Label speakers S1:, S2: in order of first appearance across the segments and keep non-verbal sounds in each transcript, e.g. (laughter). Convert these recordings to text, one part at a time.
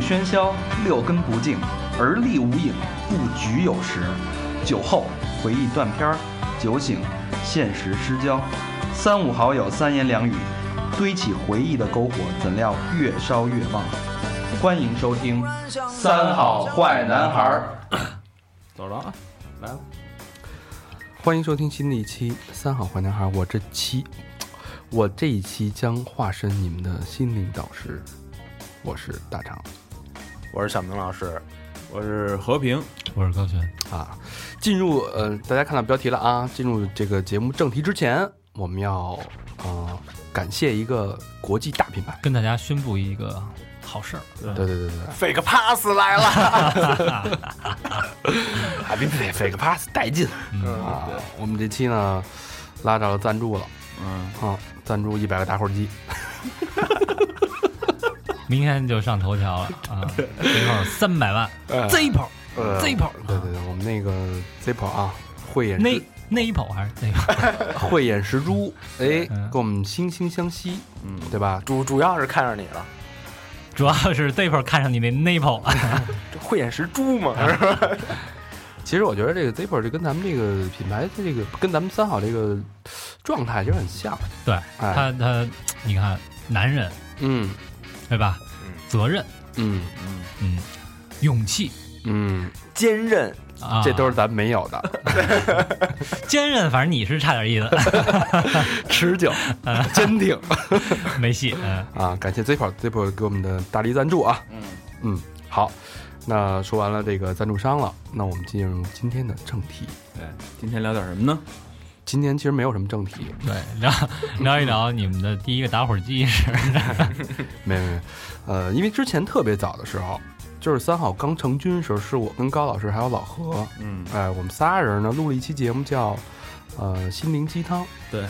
S1: 喧嚣，六根不净，而立无影，不局有时。酒后回忆断片儿，酒醒现实失焦。三五好友三言两语，堆起回忆的篝火，怎料越烧越旺。欢迎收听《三好坏男孩儿》。
S2: 走了啊，来了。欢迎收听新的一期《三好坏男孩》，我这期，我这一期将化身你们的心灵导师，我是大长
S3: 我是小明老师，
S4: 我是和平，
S5: 我是高璇，
S2: 啊。进入呃，大家看到标题了啊。进入这个节目正题之前，我们要呃感谢一个国际大品牌。
S5: 跟大家宣布一个好事儿，
S2: 对对对对，
S3: fake pass 来了，
S2: 啊，别别别，fake pass 带劲
S5: 嗯，
S2: 啊！我们这期呢拉着赞助了
S4: 嗯，
S2: 啊，赞助一百个打火机。
S5: 明天就上头条了
S2: (laughs)
S5: 啊，最后三百万，Zippo
S2: 呃
S5: Zippo
S2: 对对对，我们那个 Zippo 啊，慧眼
S5: 那那一跑还是那个，
S2: 慧眼识珠，哎，
S5: 嗯
S2: 跟我们惺惺相惜，
S4: 嗯，
S2: 对吧？
S3: 主主要是看上你了，
S5: (laughs) 主要是 Zippo 看上你那 Napo 了，
S3: 这慧眼识珠嘛，是吧？
S2: 其实我觉得这个 Zippo 这跟咱们这个品牌的这个跟咱们三好这个状态其实很像，
S5: (laughs) 对
S2: 哎
S5: 他他，你看男人
S2: 嗯
S5: 对吧
S3: 嗯？
S5: 责任，
S2: 嗯
S5: 嗯，勇气
S2: 嗯，
S3: 坚韧， (laughs)
S5: 啊，
S2: 这都是咱们没有的，
S5: 坚韧，反正你是差
S2: (laughs)
S5: 点意思，
S2: 持久、坚定
S5: 没戏，嗯，
S2: 啊！感谢 Zippo Zippo 给我们的大力赞助啊，
S4: 嗯
S2: 嗯，好，那说完了这个赞助商了，那我们进入今天的正题。
S4: 对，今天聊点什么呢？
S2: 今天其实没有什么正题，
S5: 对，聊聊一聊你们的第一个打火机是，
S2: 没没，没，呃，因为之前特别早的时候，就是三好刚成军时候，是我跟高老师还有老何，
S4: 嗯，
S2: 哎、我们仨人呢录了一期节目叫呃心灵鸡汤，
S4: 对，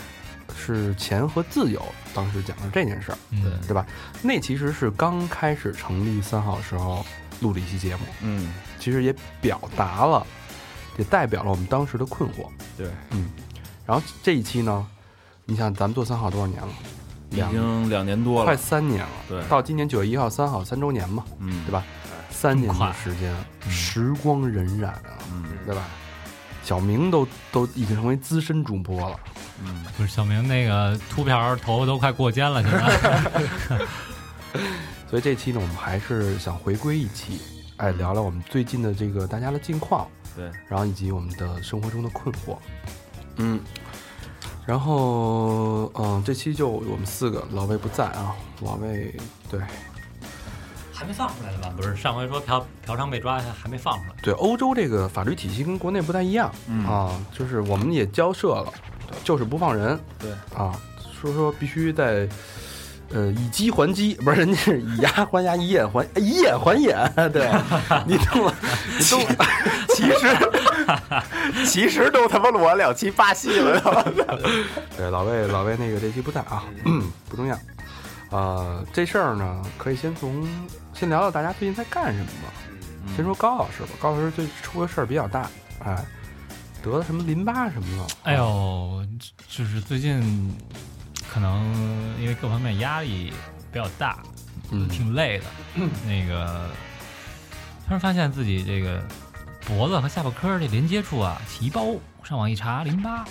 S2: 是钱和自由，当时讲的这件事儿，
S5: 嗯
S4: 对
S2: 对吧？那其实是刚开始成立三好时候录的一期节目，
S4: 嗯，
S2: 其实也表达了，也代表了我们当时的困惑。
S4: 对，
S2: 嗯，然后这一期呢，你想咱们做三好多少年了？
S4: 已
S2: 两
S4: 经两年多
S2: 快
S4: 了，
S2: 三年了，
S4: 对
S2: 到今年九月一号三好三周年嘛，
S4: 嗯，
S2: 对吧？三年
S5: 这么
S2: 的
S5: 快
S2: 时间，
S5: 嗯
S2: 时光荏苒啊，
S4: 嗯
S2: 对吧？小明都都已经成为资深主播了，
S4: 嗯，
S5: 不是小明那个秃瓢头都快过肩了，现在
S2: 所以这期呢，我们还是想回归一期，哎，
S4: 嗯
S2: 聊聊我们最近的这个大家的近况，
S4: 对，
S2: 然后以及我们的生活中的困惑，嗯，然后嗯，这期就我们四个，老魏不在啊，老魏对
S5: 还没放出来呢吧？不是，上回说嫖嫖娼被抓，还没放出来。
S2: 对，欧洲这个法律体系跟国内不太一样，
S4: 嗯，
S2: 啊，就是我们也交涉了，就是不放人。
S4: 对
S2: 啊，说说必须在，呃，以鸡还鸡，不是人家是以牙还牙，以眼还哎以眼还眼， (laughs) 对， (laughs) 你懂吗？你懂吗？
S3: 其实其实都他妈裸两期八戏了都，
S2: 对，老魏老魏那个这期不在啊，不重要。呃，这事儿呢，可以先从先聊聊大家最近在干什么吧。先说高老师吧，高老师最出的事儿比较大，哎，得了什么淋巴什么的。
S5: 哎呦，就是最近可能因为各方面压力比较大，
S2: 嗯，
S5: 挺 (clears throat) 累的。那个突然发现自己这个脖子和下巴颏儿这连接处啊起一包，上网一查淋巴，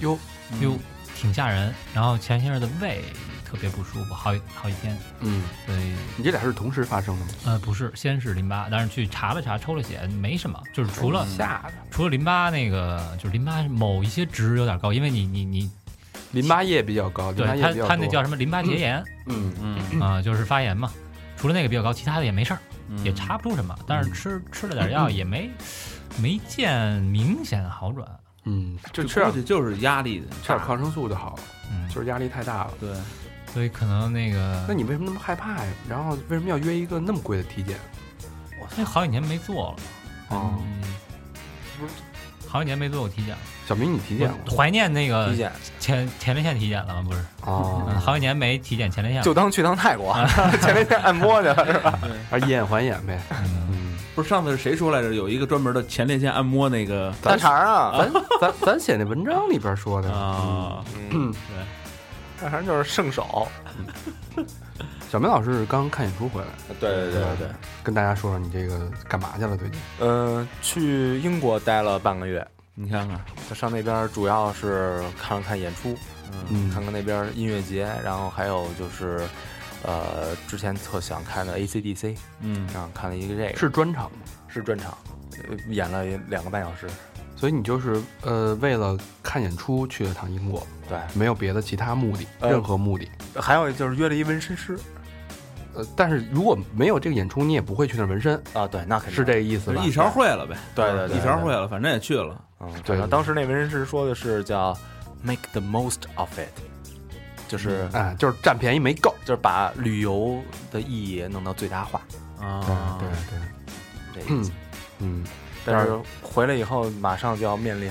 S2: 哟，
S5: 哟，挺吓人。然后前些日的胃特别不舒服，好几好几天。
S2: 嗯，
S5: 所以
S2: 你这俩是同时发生的吗？
S5: 呃不是，先是淋巴，但是去查了查，抽了血，没什么，就是除了
S2: 吓的。
S5: 除了淋巴那个，就是淋巴某一些值有点高，因为你你你，
S2: 淋巴液比较高，淋
S5: 对
S2: 巴液
S5: 他
S2: 比较
S5: 他
S2: 多
S5: 那叫什么淋巴结炎啊、啊
S2: 嗯
S4: 嗯
S5: 就是发炎嘛。除了那个比较高，其他的也没事儿，
S4: 嗯，
S5: 也查不出什么。但是吃
S2: 嗯
S5: 吃了点药，也没没见明显好转。
S2: 嗯，就
S4: 就
S2: 吃
S4: 出
S2: 点
S4: 去就是压力的，
S2: 吃点抗生素就好了，
S5: 嗯，
S2: 就是压力太大了。
S4: 对，
S5: 所以可能那个
S2: 那你为什么那么害怕呀？然后为什么要约一个那么贵的体检？
S5: 那哎好几年没做了，
S2: 哦，
S5: 嗯，好几年没做过体检了，
S2: 小明你体检
S5: 我
S2: 过
S5: 怀念那个
S3: (laughs) 理解，
S5: 前前列腺体检了吗？不是，嗯，
S2: 哦，
S5: 好几年没体检前列腺了，
S3: 就当去趟泰国， (laughs) 前两天按摩去了是吧？
S2: 啊，以眼还
S5: (laughs)
S2: 眼呗。
S5: 嗯
S2: 嗯，
S4: 不是上次是谁说来着？有一个专门的前列腺按摩那个
S3: 大肠啊，
S2: 咱咱咱写那文章里边说的，
S4: 啊，
S3: 嗯，
S2: 嗯
S3: 大肠就是圣手，
S2: 小明老师是刚看演出回来，
S3: 对对对对对，
S2: 跟大家说说你这个干嘛去了？最近
S3: 嗯、去英国待了半个月，
S4: 你看看，
S3: 他上那边主要是看了看演出，
S2: 嗯
S3: 看看那边音乐节，然后还有就是，呃，之前特想看的 AC/DC，
S4: 嗯，
S3: 然后看了一个这个，
S2: 是专场吗？
S3: 是专场，呃演了两个半小时，
S2: 所以你就是呃为了看演出去了趟英国，
S3: 对，
S2: 没有别的其他目的，
S3: 呃
S2: 任何目的。
S3: 还有就是约了一纹身师
S2: 呃，但是如果没有这个演出，你也不会去那儿纹身，
S3: 啊，对，那肯定
S2: 是这个意思吧
S4: 一？条会了呗，
S3: 对对对，
S4: 一条会了，反正也去了，
S3: 嗯，
S2: 对
S3: 对
S2: 对
S3: 当时那纹身师说的是叫 “make the most of it”，就是、
S2: 哎，就是占便宜没够。
S3: 就是把旅游的意义弄到最大化，
S4: 啊，
S2: 对，
S3: 这意思。
S2: (clears throat) 嗯，
S3: 但是回来以后，马上就要面临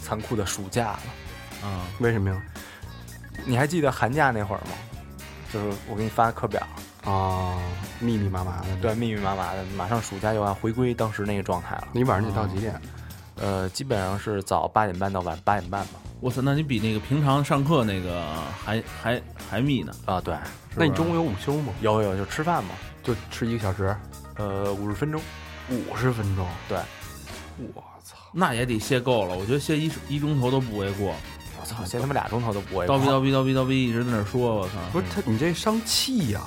S3: 残酷的暑假了。
S4: 啊，
S2: 为什么呀？
S3: 你还记得寒假那会儿吗？就是我给你发课表，
S2: 啊，密密麻麻的。
S3: 对，，密密麻麻的，马上暑假又要回归当时那个状态了。
S2: 你晚上得到几点？
S3: 呃，基本上是早八点半到晚八点半吧。
S4: 我操，那你比那个平常上课那个还还还密呢，
S3: 啊，对，
S2: 那你中午有午休吗？
S3: 有有就吃饭嘛，
S2: 就吃一个小时，
S3: 呃，五十分钟。
S2: 五十分钟。
S3: 对，
S2: 我操，
S4: 那也得歇够了，我觉得歇一一钟头都不为过，
S3: 我操，现在他妈俩钟头都不会跑。
S4: 叨逼叨逼叨逼叨逼一直在那儿说，我操，
S2: 不是他，你这伤气呀！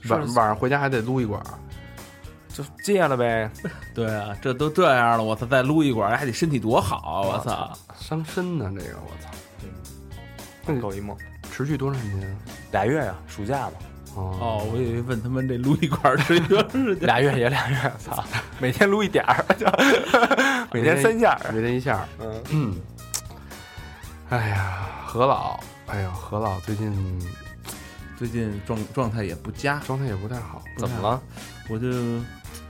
S3: 是
S2: 晚晚上回家还得撸一管儿，
S3: 就戒了呗。
S4: 对啊，这都这样了，我操，再撸一管还得身体多好，我操，
S2: 伤身呢。这个我操，嗯
S3: 够一梦，
S2: 持续多长时间啊？
S3: 俩月呀、暑假嘛，
S2: 哦，
S4: 哦，我以为问他们这撸一管是多长时间，
S3: 俩月也俩月，操，每天撸一点儿，就每天三下儿。
S2: 每天一下儿。
S3: 嗯，
S2: 嗯，哎呀，何老，哎呀，何老最近
S4: (laughs) 最近状状态也不佳，
S2: 状态也不太好，
S4: 怎么了？我就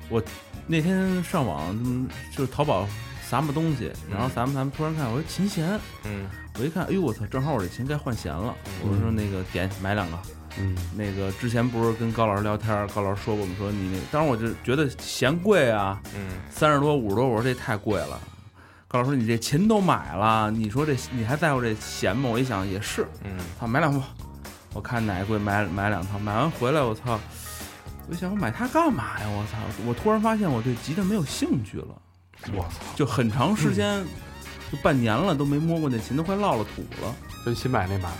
S4: 我那天上网嗯就是淘宝撒么东西，然后咱们咱们突然看，我说琴弦，
S3: 嗯，
S4: 我一看，哎呦我操，正好我这琴该换弦了，我说那个点买两个。
S2: 嗯
S4: 那个之前不是跟高老师聊天儿，高老师说过我们说你那，当时我就觉得嫌贵啊，
S3: 嗯，
S4: 三十多五十多，我说这太贵了。高老师说你这琴都买了，你说这你还在乎这弦吗？我一想也是，
S3: 嗯，
S4: 操，买两套，我看哪个贵买买两套，买完回来我操，我想我买它干嘛呀？我操！我突然发现我对吉他没有兴趣了，
S2: 我操，
S4: 就很长时间，就半年了都没摸过那琴，都快落了土了。
S2: 就新买那把，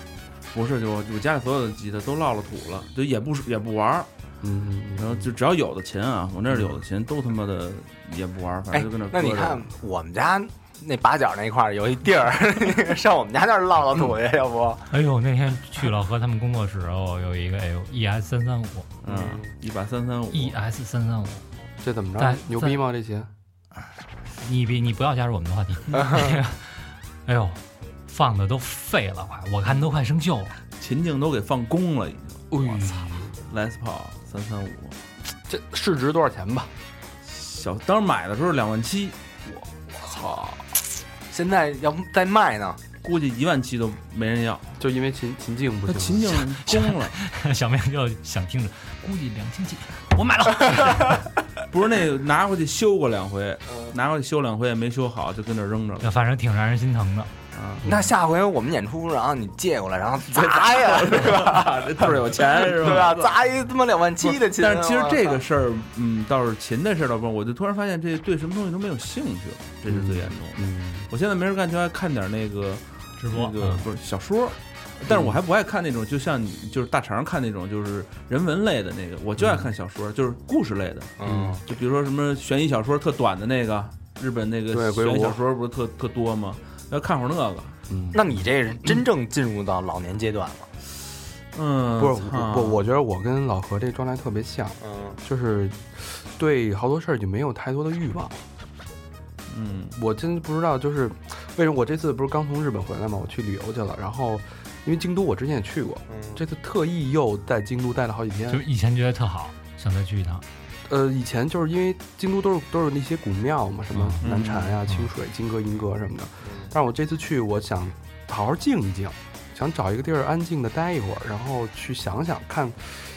S4: 不是，就我我家里所有的吉他都落了土了，就也不也不玩儿，
S2: 嗯嗯
S4: 然后就只要有的琴啊，我那儿有的琴都他妈的也不玩儿，反
S3: 哎
S4: 正就跟，
S3: 那
S4: 搁
S3: 你
S4: 着。
S3: 看我们家那把角那块儿有一地儿， (laughs) 上我们家那儿落
S4: 嗯
S3: 落土去，要不？
S5: 哎呦，那天去了和他们工作室，哦，有一个哎呦 ES 三三五
S4: 嗯，一把三三五，
S5: ，ES 三三五，
S2: 这怎么
S5: 在
S2: 着？牛逼吗？这鞋？
S5: 你别你不要加入我们的话题。哎呦，放的都废了，快，我看都快生锈了。
S4: 琴颈都给放弓了，已经。
S2: 我操，
S4: Les Paul 三三五，
S2: 这市值多少钱吧？
S4: 小当时买的时候两万七，
S3: 操！现在要不再卖呢？
S4: 估计一万七都没人要。
S2: 就因为秦秦静不
S4: 他
S2: 行吗，
S4: 琴颈弓了，
S5: 小明就想听着，估计两千几，我买了。
S4: 不是那个拿回去修过两回，拿回去修两回也没修好，就跟那儿扔着了。
S5: 反正挺让人心疼的。
S4: 啊，
S3: (laughs) 那下回我们演出，然后你借过来，然后砸
S4: (laughs)
S3: 呀，对吧？
S4: 这队儿有钱 (laughs) 是吧？
S3: 对吧？砸一他妈两万七的琴。
S4: 但是其实这个事儿，嗯，倒是琴的事儿倒不是，我就突然发现这对什么东西都没有兴趣了，这是最严重的。
S2: 嗯，
S4: 我现在没事干就爱看点那个
S5: 直播
S4: 那个不是小说，但是我还不爱看那种，就像你就是大肠看那种就是人文类的那个，我就爱看小说，就是故事类的，
S3: 嗯，
S4: 就比如说什么悬疑小说特短的那个，日本那
S2: 对
S4: 个
S2: 鬼
S4: 悬疑
S2: 谷
S4: 小说不是特特多吗？要看会儿那个，
S2: 嗯
S3: 那你这是真正进入到老年阶段了。
S4: 嗯，
S2: 不是
S4: 操
S2: 我我我觉得我跟老何这状态特别像，
S3: 嗯
S2: 就是对好多事儿就没有太多的欲望。
S4: 嗯
S2: 我真不知道，就是为什么我这次不是刚从日本回来嘛，我去旅游去了，然后因为京都我之前也去过，
S3: 嗯，
S2: 这次特意又在京都待了好几
S5: 就是
S2: 天。
S5: 以前觉得特好，想再去一趟。
S2: 呃，以前就是因为京都都是都是那些古庙嘛，什么
S4: 嗯
S2: 南禅呀、清水、金阁、银阁什么的，但是我这次去，我想好好静一静，想找一个地儿安静的待一会儿，然后去想想看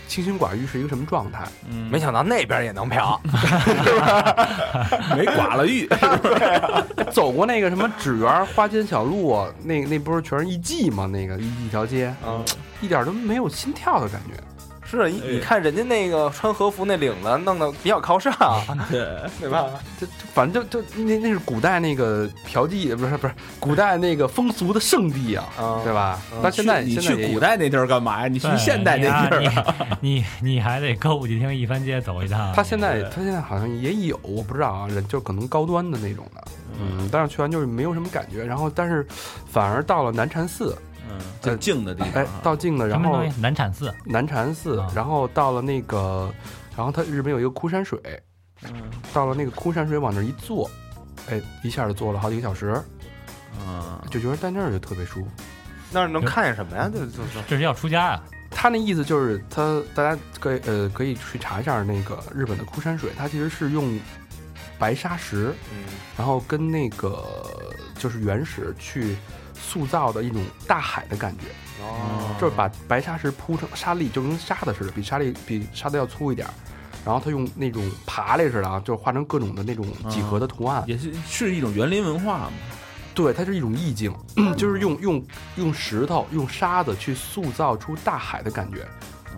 S2: 清心寡欲是一个什么状态。
S4: 嗯，
S3: 没想到那边也能嫖。
S4: (laughs) 没寡了欲，
S2: (laughs) 走过那个什么纸园花间小路，那那不是全是艺妓吗？那个一一条街，
S3: 嗯，
S2: 一点都没有心跳的感觉。
S3: 是你你看人家那个穿和服那领子弄得比较靠上，
S4: 对，
S3: 对吧？
S2: 这这反正就就那那是古代那个嫖妓，不是不是古代那个风俗的圣地啊，
S3: 啊
S2: 对吧？
S3: 嗯
S2: 到现在
S4: 你
S2: 现在也
S4: 去
S2: 有
S4: 古代那地儿干嘛呀？你去
S5: 对
S4: 现代那地儿
S5: 你啊你你你还得歌舞伎町一番街走一趟。
S2: 他现在他现在好像也有，我不知道啊，人就可能高端的那种的，嗯，但是去完就是没有什么感觉，然后但是反而到了南禅寺，
S4: 嗯，就静的地方
S2: 哎，
S4: 啊，
S2: 到境了，
S5: 什
S2: 然
S5: 么
S2: 后
S5: 东西？南产寺
S2: 南禅寺
S5: 啊，
S2: 然后到了那个，然后他日本有一个枯山水，
S4: 嗯
S2: 到了那个枯山水往那儿一坐，哎，一下就坐了好几个小时，
S4: 啊，
S2: 就觉得在那儿就特别舒服。
S3: 那儿能看见什么呀？就就是
S5: 这是要出家呀、
S2: 他那意思就是他大家可以呃可以去查一下那个日本的枯山水，它其实是用白砂石，
S3: 嗯
S2: 然后跟那个就是原石去塑造的一种大海的感觉，
S3: 哦
S2: 就是把白砂石铺成沙粒，就跟沙子似的，比沙粒比沙子要粗一点儿。然后他用那种爬类似的啊，就是画成各种的那种几何的图案，
S4: 也是是一种园林文化嘛，
S2: 对，它是一种意境， (coughs) 就是用用用石头、用沙子去塑造出大海的感觉。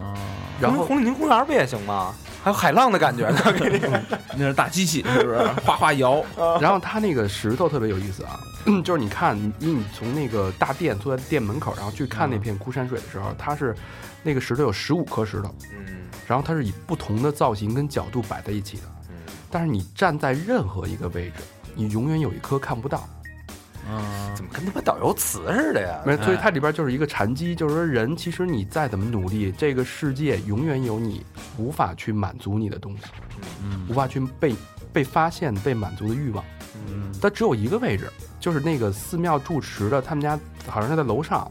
S4: 啊，
S2: 然后
S3: 红红领巾公园不也行吗？还有海浪的感觉呢，给你
S4: 那是大机器是不是？哗哗摇，
S2: 然后它那个石头特别有意思啊， (clears throat) 就是你看，你你从那个大殿坐在店门口，然后去看那片枯山水的时候，它是那个石头有十五颗石头，
S3: 嗯
S2: 然后它是以不同的造型跟角度摆在一起的。
S3: 嗯，
S2: 但是你站在任何一个位置，你永远有一颗看不到。
S4: 嗯，
S3: 怎么跟他妈导游词似的呀？
S2: 没，所以它里边就是一个禅机，就是说人其实你再怎么努力，这个世界永远有你无法去满足你的东西，无法去被被发现、被满足的欲望。
S3: 嗯
S2: 它只有一个位置，就是那个寺庙住持的，他们家好像是在楼上，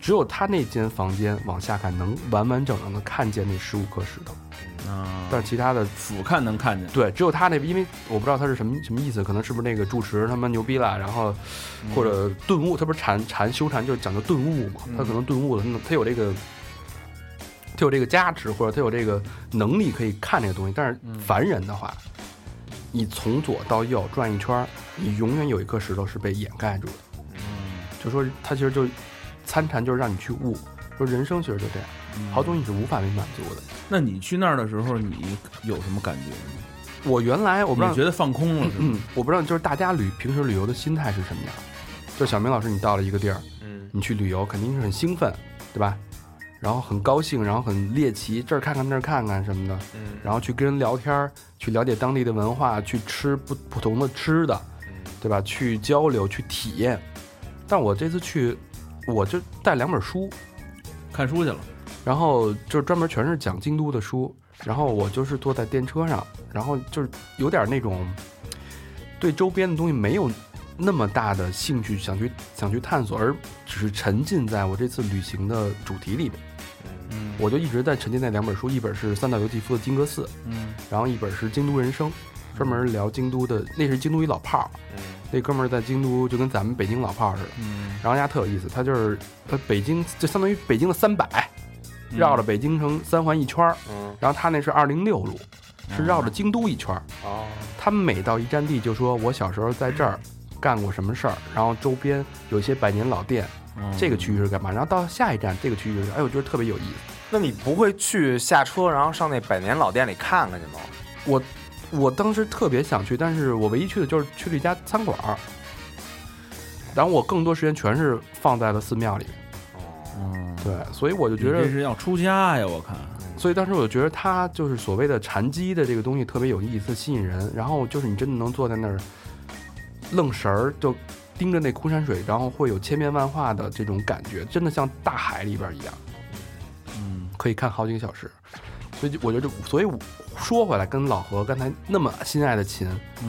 S2: 只有他那间房间往下看能完完整整的看见那十五颗石头，
S4: 啊，
S2: 但是其他的
S4: 俯瞰能看见，
S2: 对，只有他那，因为我不知道他是什么什么意思，可能是不是那个住持他妈牛逼了，然后或者顿悟，他不是禅禅修禅就是讲究顿悟嘛，他可能顿悟了，他有这个。他有这个加持，或者他有这个能力可以看这个东西，但是凡人的话，你从左到右转一圈儿，你永远有一颗石头是被掩盖住的。就说他其实就参禅，就是让你去悟，说人生其实就这样，好东西是无法被满足的。
S4: 那你去那儿的时候，你有什么感觉吗？
S2: 我原来我不知道
S4: 你觉得放空了是吗？
S2: 嗯，我不知道，就是大家旅平时旅游的心态是什么样。就小明老师，你到了一个地儿，
S3: 嗯
S2: 你去旅游肯定是很兴奋，对吧？然后很高兴，然后很猎奇，这儿看看那儿看看什么的，
S3: 嗯，
S2: 然后去跟人聊天儿，去了解当地的文化，去吃不不同的吃的，对吧？去交流，去体验。但我这次去，我就带两本书，
S4: 看书去了，
S2: 然后就是专门全是讲京都的书，然后我就是坐在电车上，然后就是有点那种对周边的东西没有那么大的兴趣，想去想去探索，而只是沉浸在我这次旅行的主题里面。
S4: 嗯
S2: 我就一直在沉浸在两本书，一本是三岛由纪夫的《金阁寺》，
S4: 嗯
S2: 然后一本是《京都人生》，专门聊京都的，那是京都一老炮儿，
S3: 嗯
S2: 那哥们儿在京都就跟咱们北京老炮儿似的。
S4: 嗯，
S2: 然后人家特有意思，他就是呃北京，就相当于北京的三百，绕着北京城三环一圈儿，
S3: 嗯
S2: 然后他那是二零六路，是绕着京都一圈儿。
S3: 哦，
S2: 他每到一站地就说：“我小时候在这儿干过什么事儿。”然后周边有一些百年老店，
S4: 嗯
S2: 这个区域是干嘛？然后到下一站这个区域是，哎，我觉得特别有意思。
S3: 那你不会去下车，然后上那百年老店里看看去吗？
S2: 我我当时特别想去，但是我唯一去的就是去了一家餐馆儿，然后我更多时间全是放在了寺庙里面。
S3: 哦，
S4: 嗯，
S2: 对，所以我就
S4: 我
S2: 觉得
S4: 这是要出家呀，我看，
S2: 所以当时我就觉得他就是所谓的禅机的这个东西特别有意思、吸引人，然后就是你真的能坐在那儿愣神儿，就盯着那枯山水，然后会有千变万化的这种感觉，真的像大海里边一样，
S4: 嗯
S2: 可以看好几个小时。所以就我觉得，所以我说回来，跟老何刚才那么心爱的琴，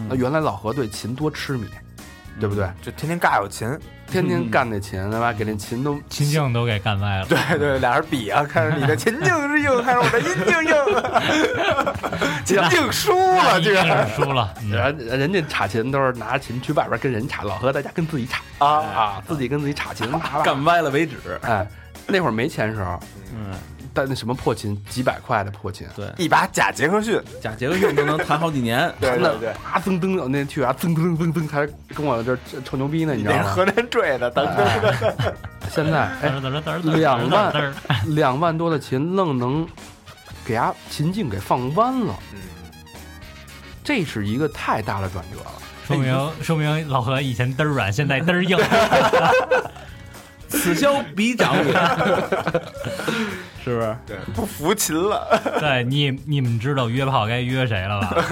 S2: 那
S4: 嗯，
S2: 原来老何对琴多痴迷，对不对？
S3: 就天天尬有琴，
S2: 天天干那琴，对吧？给那琴都
S5: 秦境都给干歪了。
S3: 对对，俩人比啊，看着你的琴颈是硬，看着我的阴茎硬，琴颈输了，居然
S5: 然输了，嗯
S2: 人人家插琴都是拿琴去外边跟人插，老何在家跟自己插
S3: 啊！
S2: 啊，自己跟自己插琴，啪啪
S4: 干歪了为止，
S2: 哎，那会儿没钱时候，
S4: 嗯，
S2: 带那什么破琴，几百块的破琴，
S4: 对，
S3: 一把假杰克逊，
S4: 假杰克逊都能弹好几年，
S3: 对
S2: 那
S3: 对对，
S2: 啊噌噔，那去啊噌噔噔噔，还跟我这儿吹牛逼呢，你知
S3: 那
S2: 道
S3: 是
S2: 吗？
S3: 河南坠的，当时
S2: 现在
S5: 嘚
S2: 哎
S5: 儿嘚儿嘚儿嘚儿
S2: 两
S5: 嘚
S2: 万
S5: 儿嘚儿嘚儿
S2: 两万多的琴愣能给它琴颈给放弯了，这是一个太大的转折了。
S5: 说明说明老何以前嘚儿软，现在嘚儿硬。
S4: 此消彼长也，是不是？
S3: 对，不服琴了，
S5: 对你你们知道约炮该约谁了吧？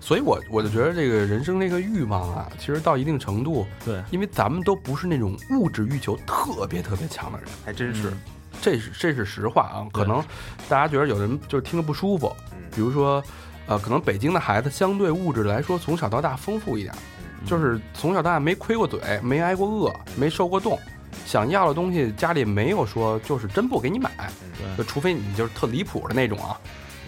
S2: 所以我我就觉得这个人生这个欲望啊，其实到一定程度，
S4: 对，
S2: 因为咱们都不是那种物质欲求特别特别强的人，
S3: 还真是，
S2: 这是这是实话啊。
S4: 对
S2: 可能大家觉得有人就是听着不舒服，
S3: 嗯
S2: 比如说，呃，可能北京的孩子相对物质来说从小到大丰富一点，
S5: 嗯
S2: 就是从小到大没亏过嘴，没挨过饿，没受过冻，想要的东西家里没有说就是真不给你买，
S4: 对
S5: 嗯
S2: 就除非你就是特离谱的那种啊。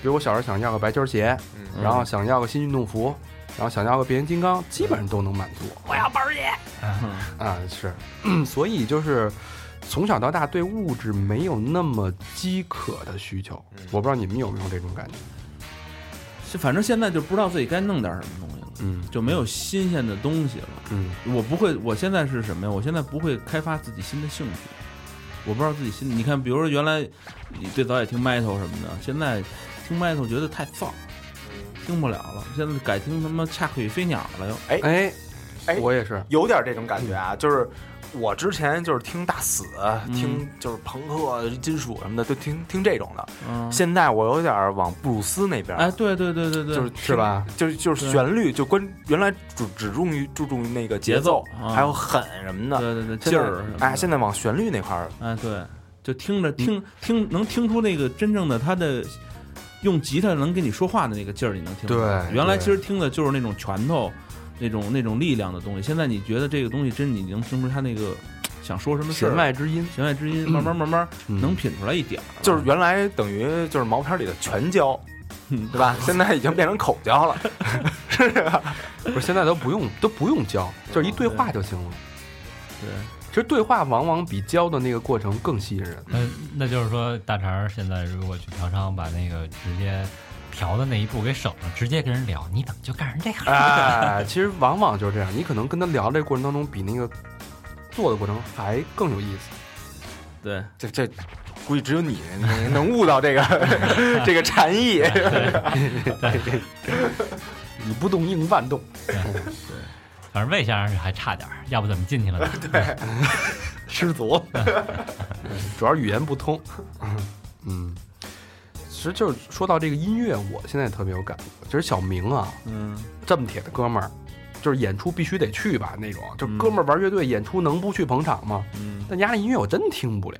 S2: 比如我小时候想要个白球鞋，
S3: 嗯
S2: 然后想要个新运动服，然后想要个变形金刚，基本上都能满足。
S5: 我要包儿去。
S2: 啊，是， (clears throat) 所以就是从小到大对物质没有那么饥渴的需求，
S3: 嗯
S2: 我不知道你们有没有这种感觉。
S4: 是反正现在就不知道自己该弄点什么东西了，
S2: 嗯
S4: 就没有新鲜的东西了。
S2: 嗯
S4: 我不会，我现在是什么呀？我现在不会开发自己新的兴趣，我不知道自己新。你看，比如说原来你最早也听 metal 什么的，现在听 metal 觉得太燥，
S3: 嗯
S4: 听不了了。现在改听他妈恰克与飞鸟了又。
S2: 哎
S3: 哎
S2: 我也是，
S3: 有点这种感觉啊，就是我之前就是听大死，听就是朋克、金属什么的，就听听这种的。
S4: 嗯，
S3: 现在我有点往布鲁斯那边，
S4: 哎，对对对对对，
S3: 就是
S2: 是吧？
S3: 就就是
S4: 对
S3: 旋律，就关原来只只重于注重于那个节奏，
S4: 节奏啊
S3: 还有狠什么的。
S4: 对对对，
S3: 现
S4: 劲
S3: 在
S4: 儿什么的。
S3: 哎，现在往旋律那块儿，
S4: 哎，对，就听着听听，能听出那个真正的他的用吉他能跟你说话的那个劲儿，你能听出来。
S2: 对
S4: 原来其
S2: 对
S4: 实听的就是那种拳头，那种那种力量的东西。现在你觉得这个东西真，你能听出他那个想说什么事儿啊
S2: 弦外之音
S4: 弦外之音，慢慢慢慢
S2: 嗯
S4: 能品出来一点儿了。
S3: 就是原来等于就是毛片里的全胶，对吧？现在已经变成口胶 (laughs) 了，是吧？
S2: 不是现在都不用都不用教，
S4: 嗯
S2: 就是一对话就行了。
S4: 对，
S2: 其实对话往往比教的那个过程更吸引
S4: (laughs)
S2: 人。
S5: 那那就是说，大肠儿现在如果去嫖娼，把那个直接嫖的那一步给省了，直接跟人聊，你怎么就干成这样了？
S2: 哎，其实往往就是这样，你可能跟他聊这过程当中，比那个做的过程还更有意思。
S4: 对，
S3: 这这估计只有你能能悟到这个 (laughs) 这个禅 (laughs) 意。
S2: 以不动应万动，
S5: 反正魏先生还差点儿，要不怎么进去了呢？
S2: 失足，主要语言不通。嗯，其实就是说到这个音乐，我现在特别有感觉。其实小明啊，
S4: 嗯，
S2: 这么铁的哥们儿，就是演出必须得去吧那种。就
S4: 嗯
S2: 哥们儿玩乐队演出能不去捧场吗？
S4: 嗯，
S2: 但压力音乐我真听不了。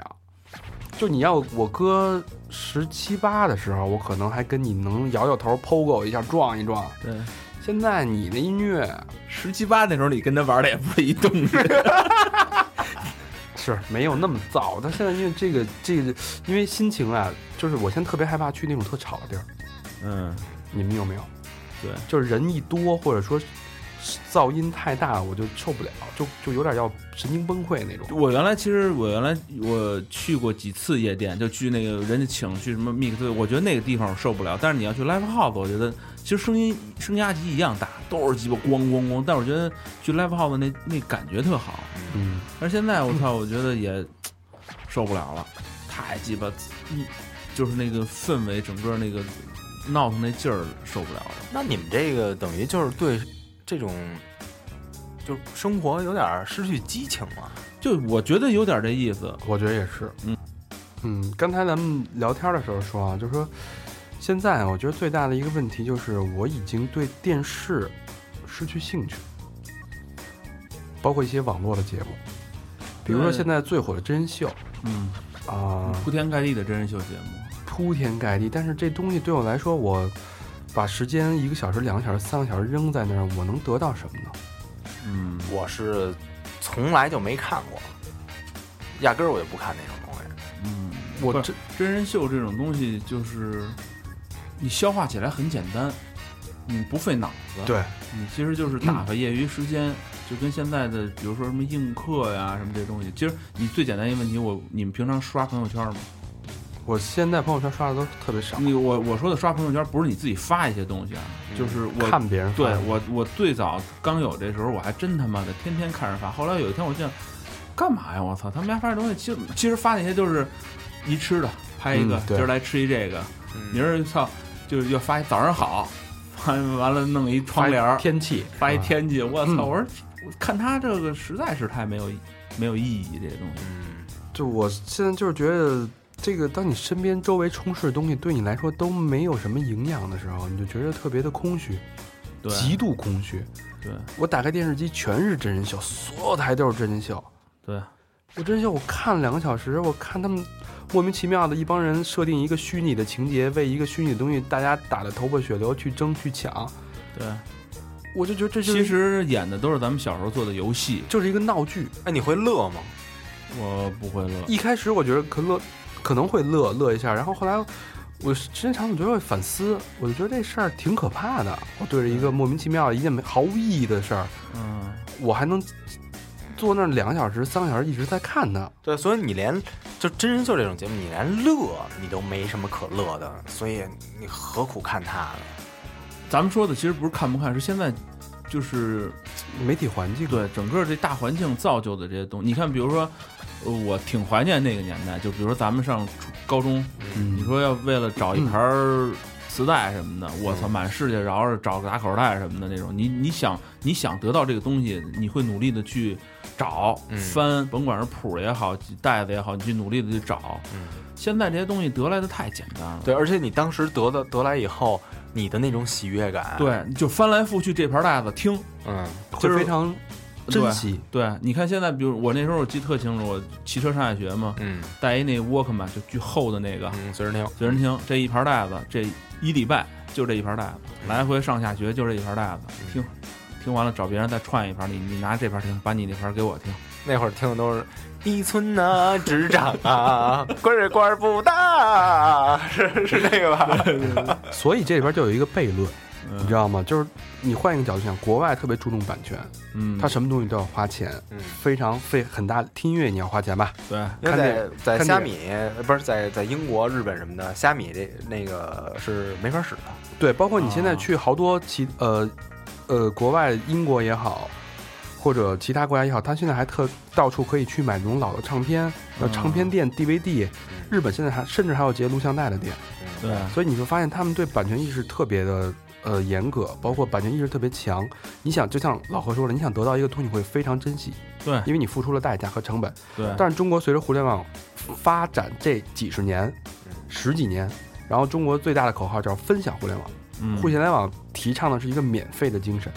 S2: 就你要我哥十七八的时候，我可能还跟你能摇摇头、pogo 一下、撞一撞。
S4: 对，
S2: 现在你的音乐
S4: 十七八那时候你跟他玩的也不是一动作。
S2: (laughs) 是没有那么燥，但现在因为这个这个，因为心情啊，就是我现在特别害怕去那种特吵的地儿。
S4: 嗯，
S2: 你们有没有？
S4: 对，
S2: 就是人一多，或者说噪音太大，我就受不了，就就有点要神经崩溃那种。
S4: 我原来其实我原来我去过几次夜店，就去那个人家请去什么 mix，我觉得那个地方我受不了。但是你要去 live house，我觉得其实声音声压级一样大，都是鸡巴咣咣咣。但我觉得去 live house 那那感觉特好。
S2: 嗯，
S4: 但是现在我操，我觉得也受不了了，太鸡巴，一就是那个氛围，整个那个闹腾那劲儿受不了了。
S3: 那你们这个等于就是对这种就是生活有点失去激情了。
S4: 就我觉得有点这意思，
S2: 我觉得也是。
S4: 嗯
S2: 嗯，刚才咱们聊天的时候说啊，就是说现在我觉得最大的一个问题就是我已经对电视失去兴趣，包括一些网络的节目，比如说
S4: 对
S2: 现在最火的真人秀
S4: 嗯，
S2: 啊。
S4: 铺天盖地的真人秀节目，
S2: 铺天盖地，但是这东西对我来说，我把时间一个小时、两个小时、三个小时扔在那儿，我能得到什么呢？
S4: 嗯，
S3: 我是从来就没看过，压根儿我就不看那种东西。
S4: 嗯，
S2: 我
S4: 不
S2: 这
S4: 真人秀这种东西，就是你消化起来很简单，你不费脑子。，
S2: 对
S4: 你其实就是打发业余时间，就跟现在的，比如说什么映客呀，什么这些东西。其实你最简单一个问题，我你们平常刷朋友圈吗？
S2: 我现在朋友圈刷的都特别少，
S4: 你我我说的刷朋友圈，不是你自己发一些东西啊，就是我
S2: 看别人发
S4: 对我，我最早刚有这时候，我还真他妈的天天看人发。后来有一天，我就干嘛呀？我操，他们家发这东西，其实其实发那些就是一吃的，拍一个
S2: 嗯，对嗯
S4: 今儿来吃一这个，明
S3: 儿
S4: 儿操就是要发一早上好，完完了弄一窗帘儿，
S2: 天气
S4: 发一
S2: 啊
S4: 天气，我操！
S2: 嗯
S4: 我说我看他这个实在是太没有没有意义，这些东西。
S3: 嗯
S2: 就我现在就是觉得，这个当你身边周围充斥的东西对你来说都没有什么营养的时候，你就觉得特别的空虚，
S4: 对
S2: 极度空虚。
S4: 对
S2: 我打开电视机全是真人秀，所有台都是真人秀。
S4: 对，
S2: 我真人秀我看了两个小时，我看他们莫名其妙的一帮人设定一个虚拟的情节，为一个虚拟的东西大家打得头破血流去争去抢，
S4: 对，
S2: 我就觉得这就是
S4: 其实演的都是咱们小时候做的游戏，
S2: 就是一个闹剧。
S3: 哎，你会乐吗？
S4: 我不会乐。
S2: 一开始我觉得可乐可能会乐乐一下，然后后来我时间长，了，我就会反思，我就觉得这事儿挺可怕的。我对着一个莫名其妙的一件没毫无意义的事儿，
S4: 嗯，
S2: 我还能坐那儿两个小时、三个小时一直在看它。
S3: 对，所以你连就真人秀这种节目，你连乐你都没什么可乐的，所以你何苦看它呢？
S4: 咱们说的其实不是看不看，是现在就是
S2: 媒体环境，
S4: 对整个这大环境造就的这些东西。你看，比如说，呃我挺怀念那个年代，就比如说咱们上初高中，
S2: 嗯
S4: 你说要为了找一盘儿磁带什么的，我操，满世界绕着找个打口袋什么的那种。你你想你想得到这个东西，你会努力的去找
S3: 嗯
S4: 翻，甭管是谱儿也好，袋子也好，你去努力的去找。
S3: 嗯
S4: 现在这些东西得来的太简单了。
S3: 对，而且你当时得的得来以后，你的那种喜悦感，，
S4: 对，就翻来覆去这盘袋子听，
S3: 嗯，
S2: 会非常珍惜。
S4: 对，啊你看现在，比如我那时候我记得特清楚，我骑车上下学嘛，
S3: 嗯
S4: 带一那 Walkman 就巨厚的那个
S3: 嗯，随时听，
S4: 随身听，这一盘带子，这一礼拜就这一盘带子，
S2: 嗯
S4: 来回上下学就这一盘带子，听，听完了找别人再串一盘，你你拿这盘听，把你那盘给我听，
S3: 那会儿听的都是一村啊，执掌啊，官儿官儿不大，是是这个吧？
S2: 所以这里边就有一个悖论，
S4: 嗯
S2: 你知道吗？就是你换一个角度想，国外特别注重版权，
S4: 嗯，
S2: 它什么东西都要花钱，
S3: 嗯
S2: 非常费很大。听音乐你要花钱吧？
S4: 对，
S3: 因为
S2: 看
S3: 在
S2: 电
S3: 在
S2: 看
S3: 虾
S2: 电
S3: 米呃不是在在英国、日本什么的，虾米这那个是没法使的。
S2: 对，包括你
S4: 啊
S2: 现在去好多其呃呃国外，英国也好，或者其他国家也好，它现在还特到处可以去买那种老的唱片，呃，
S4: 嗯
S2: 唱片店、DVD。日本现在还甚至还有结录像带的店，
S3: 嗯
S4: 对，
S2: 所以你会发现他们对版权意识特别的呃严格，包括版权意识特别强。你想，就像老何说的，你想得到一个东西会非常珍惜，
S4: 对
S2: 因为你付出了代价和成本。
S4: 对，
S2: 但是中国随着互联网发展这几十年
S3: 嗯、
S2: 十几年，然后中国最大的口号叫分享互联网。
S4: 嗯
S2: 互，联网提倡的是一个免费的精神，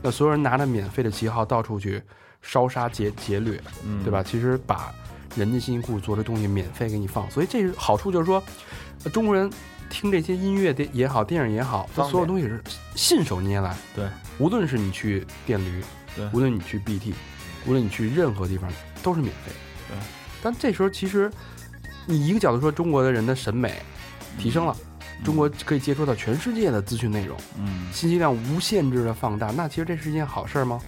S2: 那所有人拿着免费的旗号到处去烧杀劫劫掠，
S4: 嗯
S2: 对吧？？其实把人家辛辛苦苦做的东西免费给你放，所以这是好处就是说，呃中国人听这些音乐的也好，电影也好，它
S3: 方便
S2: 所有东西是信手拈来。
S4: 对，
S2: 无论是你去电驴，
S4: 对
S2: 无论你去 BT，无论你去任何地方都是免费的。
S4: 对，
S2: 但这时候其实你一个角度说，中国的人的审美提升了，中国可以接触到全世界的资讯内容。
S4: 嗯，
S2: 信息量无限制的放大，那其实这是一件好事儿吗？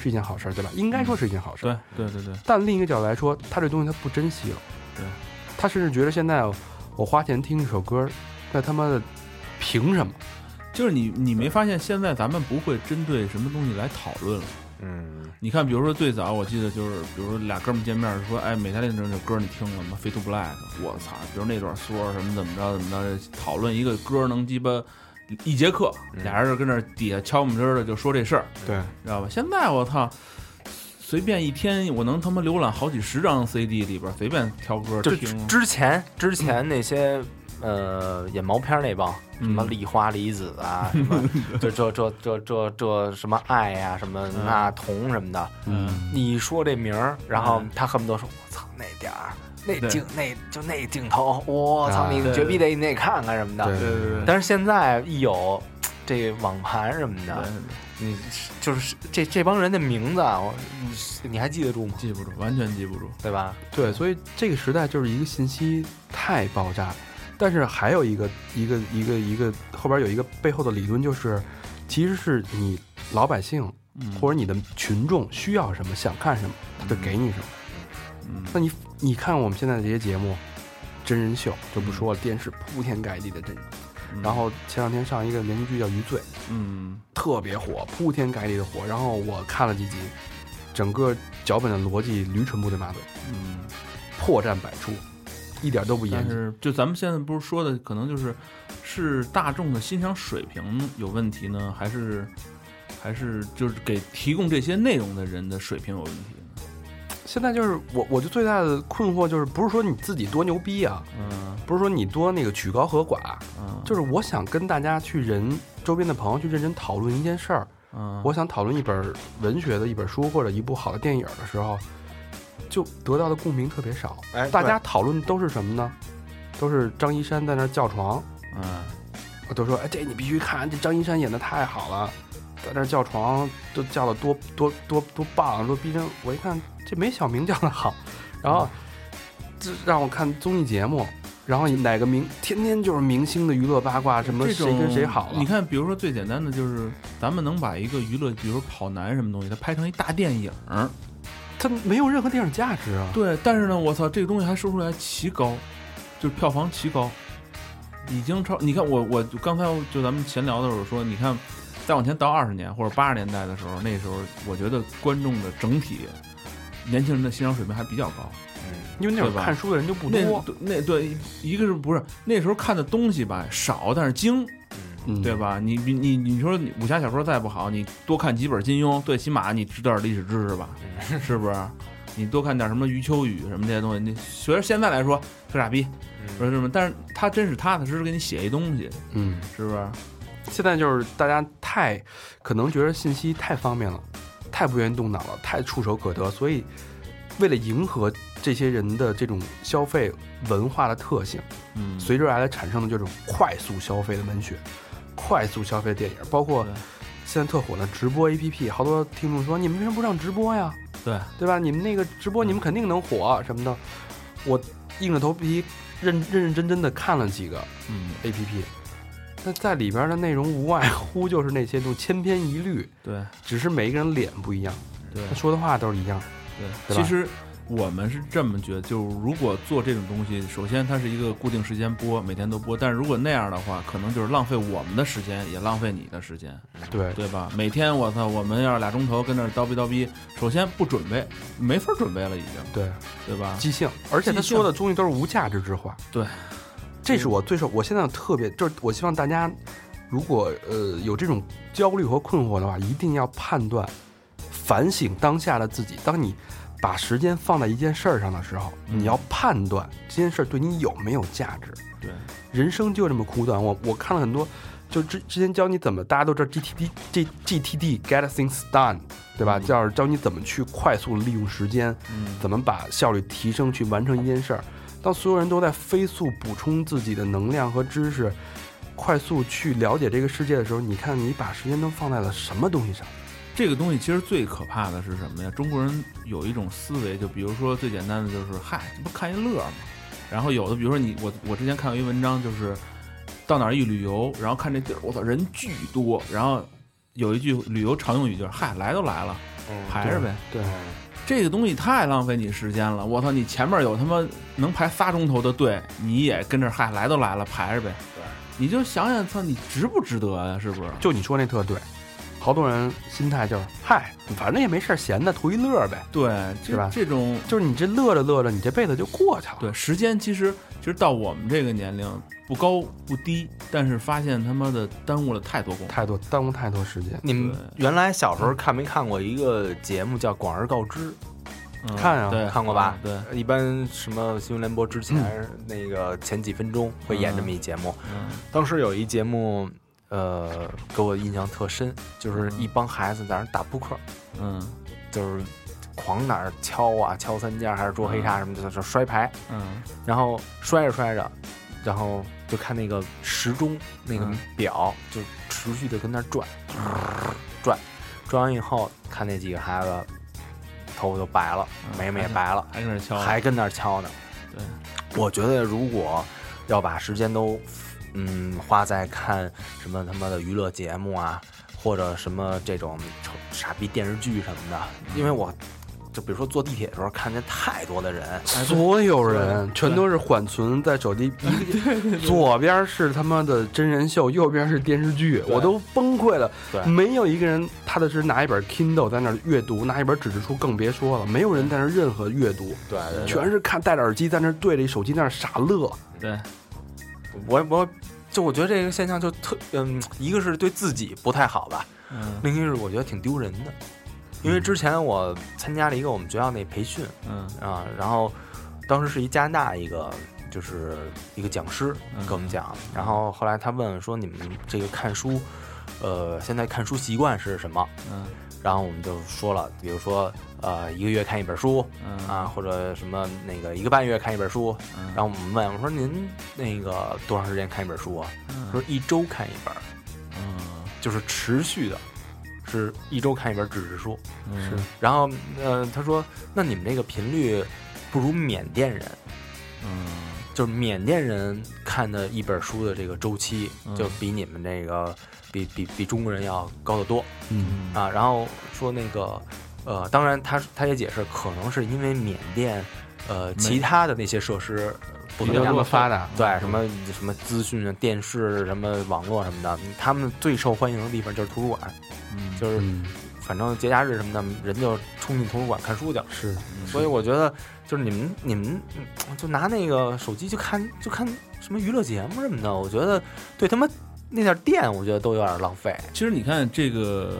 S2: 是一件好事儿，对吧？应该说是一件好事儿。
S4: 对对对对，
S2: 但另一个角度来说，他这东西他不珍惜了。
S4: 对，
S2: 他甚至觉得现在哦我花钱听一首歌，那他妈的凭什么？
S4: 就是你你没发现现在咱们不会针对什么东西来讨论了。
S3: 嗯
S4: 你看，比如说最早我记得就是，比如说俩哥们见面说，哎，美泰利那首歌你听了吗？Fade to Black，我操！比如那段说什么怎么着怎么着，讨论一个歌能鸡巴一节课，
S3: 嗯
S4: 俩人就跟那儿底下敲木枝儿的就说这事儿，
S2: 对，
S4: 知道吧？现在我操，随便一天我能他妈浏览好几十张 CD 里边，随便挑歌
S3: 就
S4: 听。
S3: 之前之前那些呃演毛片儿那帮。什么
S4: 嗯
S3: 梨花梨子啊，什么这这这这这这什么爱呀、什么
S4: 嗯
S3: 那童什么的，
S4: 嗯，
S3: 你一说这名儿，然后
S4: 嗯
S3: 他恨不得说：“我操，那点儿，那
S4: 对
S3: 镜，那就那镜头，我操，
S2: 啊
S3: 你
S4: 对
S3: 绝逼得你得看看什么
S2: 对
S3: 的。
S4: 对对”对。
S3: 但是现在一有这网盘什么
S4: 对
S3: 的，你就是这这帮人的名字啊，我你你还记得住吗？
S4: 记不住，完全记不住。
S3: 对吧？
S2: 对，所以这个时代就是一个信息太爆炸，但是还有一个一个一个一个后边有一个背后的理论，就是其实是你老百姓
S4: 嗯，
S2: 或者你的群众需要什么，想看什么，他就给你什么。
S4: 嗯
S2: 那你你看我们现在的这些节目，真人秀就不说了，电视铺天盖地的真人。
S4: 嗯
S2: 然后前两天上一个连续剧叫《余罪》，
S4: 嗯，
S2: 特别火，铺天盖地的火。然后我看了几集，整个脚本的逻辑驴唇不对马嘴，
S4: 嗯，
S2: 破绽百出，一点都不
S4: 但
S2: 严谨。
S4: 是就咱们现在不是说的，可能就是是大众的欣赏水平有问题呢，还是还是就是给提供这些内容的人的水平有问题呢？
S2: 现在就是我，我就最大的困惑就是，不是说你自己多牛逼啊，
S4: 嗯
S2: 不是说你多那个曲高和寡，啊
S4: 嗯，
S2: 就是我想跟大家去人周边的朋友去认真讨论一件事儿，
S4: 嗯，
S2: 我想讨论一本文学的一本书或者一部好的电影的时候，就得到的共鸣特别少。
S3: 哎，
S2: 大家讨论都是什么呢？都是张一山在那儿叫床，
S4: 嗯
S2: 都说哎这你必须看，这张一山演的太好了，在那儿叫床都叫的多多多多棒多逼真。我一看这没小明叫的好，然
S4: 嗯
S2: 后这让我看综艺节目。然后哪个明天天就是明星的娱乐八卦，什么
S4: 这
S2: 谁
S4: 种
S2: 跟谁好了
S4: 你，看，比如说最简单的就是，咱们能把一个娱乐，比如说跑男什么东西，它拍成一大电影儿。
S2: 它没有任何电影价值啊。
S4: 对，但是呢，我操，这个东西还说出来奇高，就是票房奇高，已经超。你看我，我刚才就咱们闲聊的时候说，你看，再往前倒二十年或者八十年代的时候，那时候我觉得观众的整体年轻人的欣赏水平还比较高。
S2: 因为那会
S4: 对吧
S2: 儿看书的人就不
S4: 那
S2: 多，
S4: 那对，一个是不是那时候看的东西吧少，但是精，
S2: 嗯
S4: 对？吧？你你你你说你武侠小说再不好，你多看几本金庸，最起码你知道点历史知识吧？
S3: (laughs)
S4: 是不是？你多看点什么余秋雨什么这些东西，你学着现在来说特傻逼，
S3: 嗯
S4: 不是什么？但是他真是踏踏实实给你写一东西，
S2: 嗯，
S4: 是不是？
S2: 现在就是大家太可能觉得信息太方便了，太不愿意动脑了，太触手可得，所以为了迎合这些人的这种消费文化的特性，
S4: 嗯，
S2: 随之而来产生的这种快速消费的文学、快速消费的电影，包括
S4: 对
S2: 现在特火的直播 APP，好多听众说你们为什么不上直播呀？
S4: 对
S2: 对吧？你们那个直播你们肯定能火什么的，我硬着头皮认认认真真的看了几个，
S4: 嗯
S2: A P P，那在里边的内容无外乎就是那些都千篇一律，
S4: 对
S2: 只是每一个人脸不一样，
S4: 对
S2: 他说的话都是一样。
S4: 对，
S2: 对
S4: 其
S2: 吧
S4: 实。我们是这么觉得，就是如果做这种东西，首先它是一个固定时间播，每天都播。但是如果那样的话，可能就是浪费我们的时间，也浪费你的时间。(laughs)
S2: 对，
S4: 对吧？每天我操，我们要是俩钟头跟那儿叨逼叨逼，首先不准备，没法准备了已经，
S2: 对，
S4: 对吧？
S2: 即兴，而且他
S4: 即兴
S2: 说的东西都是无价值之话。
S4: 对，
S2: 这是我最受，我现在特别就是我希望大家，如果呃有这种焦虑和困惑的话，一定要判断、反省当下的自己。当你把时间放在一件事儿上的时候，
S4: 嗯
S2: 你要判断这件事儿对你有没有价值。
S4: 对，
S2: 人生就这么苦短。我我看了很多，就之之前教你怎么，大家都知道 GTD G GTD Get Things Done，对吧？
S4: 嗯
S2: 教教你怎么去快速利用时间，
S4: 嗯，
S2: 怎么把效率提升去完成一件事儿。当所有人都在飞速补充自己的能量和知识，快速去了解这个世界的时候，你看你把时间都放在了什么东西上？
S4: 这个东西其实最可怕的是什么呀？中国人有一种思维，就比如说最简单的就是，嗨，这不看一乐嘛。然后有的，比如说你我我之前看过一文章，就是到哪儿一旅游，然后看这地儿，我操，人巨多，然后有一句旅游常用语就是，嗨，来都来了，排着呗。
S2: 嗯对，
S4: 这个东西太浪费你时间了，我操！你前面有他妈能排仨钟头的队，你也跟这儿嗨，来都来了，排着呗。
S3: 对，
S4: 你就想想，操，你值不值得呀、是不是？
S2: 就你说那特对，好多人心态就是嗨，反正也没事儿闲的，图一乐儿呗。
S4: 对，这
S2: 是吧
S4: 这种
S2: 就是你这乐着乐着，你这辈子就过去
S3: 啊
S2: 了。
S4: 对时间，其实其实到我们这个年龄不高不低，但是发现他妈的耽误了太多功夫。
S2: 太多耽误太多时间。
S3: 你们原来小时候看没看过一个节目叫《广而告之
S4: 嗯、
S2: 看啊
S4: 对，嗯
S3: 看过吧
S4: 对，》？
S3: 一般什么新闻联播之前那个前几分钟会演这么一节目。
S4: 嗯
S3: 当时有一节目，呃，给我印象特深，就是一帮孩子在那儿打扑克，
S4: 嗯
S3: 就是狂哪儿敲啊，敲三家还是捉黑鲨什么的，就摔牌，
S4: 嗯
S3: 然后摔着摔着，然后就看那个时钟那个
S4: 嗯
S3: 表，就持续的跟那儿转，转，转完以后，看那几个孩子头发都白了，
S4: 嗯
S3: 眉毛也白了，
S4: 还跟那敲，
S3: 还跟那儿敲呢。
S4: 对，
S3: 我觉得如果要把时间都嗯花在看什么他妈的娱乐节
S4: 嗯
S3: 目啊，或者什么这种丑傻逼电视剧什么的，因为我。就比如说坐地铁的时候，看见太多的人，
S2: 所有人全都是缓存在
S3: (laughs)
S2: 手机，一个左边是他妈的真人秀，右边是电视剧，我都崩溃了。
S3: 对
S2: 没有一个人踏踏实实拿一本 Kindle 在那儿阅读，拿一本纸质书更别说了，没有人在那儿任何阅读，
S3: 对对对
S2: 全是看戴着耳机在那儿对着手机在那儿傻乐。
S4: 对，
S3: 我我就我觉得这个现象就特嗯，一个是对自己不太好吧，
S4: 嗯
S3: 另一个是我觉得挺丢人的，因为之前我参加了一个我们学校那培训
S4: 嗯
S3: 啊，然后当时是一加拿大一个就是一个讲师
S4: 嗯
S3: 跟我们讲，然后后来他问说你们这个看书，呃，现在看书习惯是什么？
S4: 嗯
S3: 然后我们就说了，比如说呃一个月看一本书
S4: 嗯
S3: 啊，或者什么那个一个半月看一本书，
S4: 嗯，
S3: 然后我们问我说您那个多长时间看一本书啊？他
S4: 嗯
S3: 说一周看一本，
S4: 嗯
S3: 就是持续的，是一周看一本纸质书。
S4: 嗯
S2: 是
S3: 然后呃，他说那你们这个频率不如缅甸人，
S4: 嗯
S3: 就是缅甸人看的一本书的这个周期
S4: 嗯
S3: 就比你们这个比比比中国人要高得多
S2: 嗯，
S4: 嗯
S3: 啊。然后说那个呃，当然他他也解释，可能是因为缅甸呃其他的那些设施不
S2: 比
S3: 一
S2: 较
S3: 样
S2: 那。么发达，嗯
S3: 对，什么什么资讯啊、电视、什么网络什么的，他们最受欢迎的地方就是图书馆，
S4: 嗯
S3: 就是
S2: 嗯，
S3: 反正节假日什么的，人就冲进图书馆看书去了。
S2: 是
S3: 所以我觉得，就是你们你们嗯就拿那个手机去看就看什么娱乐节目什么的，我觉得对他们那点电，我觉得都有点浪费。
S4: 其实你看这
S3: (clears throat)
S4: 个，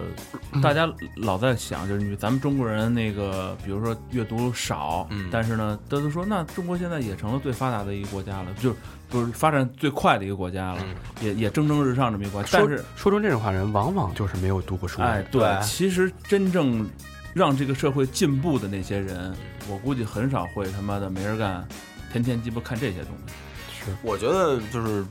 S4: 大家老在想，就是你咱们中国人那个，比如说阅读少，
S3: 嗯
S4: 但是呢，大家都说那中国现在也成了最发达的一个国家了，就是就是发展最快的一个国家了，
S3: 嗯
S4: 也也蒸蒸日上这么一个国家。但
S2: 说
S4: 是，
S2: 说出这种话的人，往往就是没有读过书的
S4: 哎
S2: 人。，
S4: 对，
S3: 对
S4: 其实真正让这个社会进步的那些人，我估计很少会他妈的没事干，天天鸡巴看这些东西。
S2: 是
S3: 我觉得就是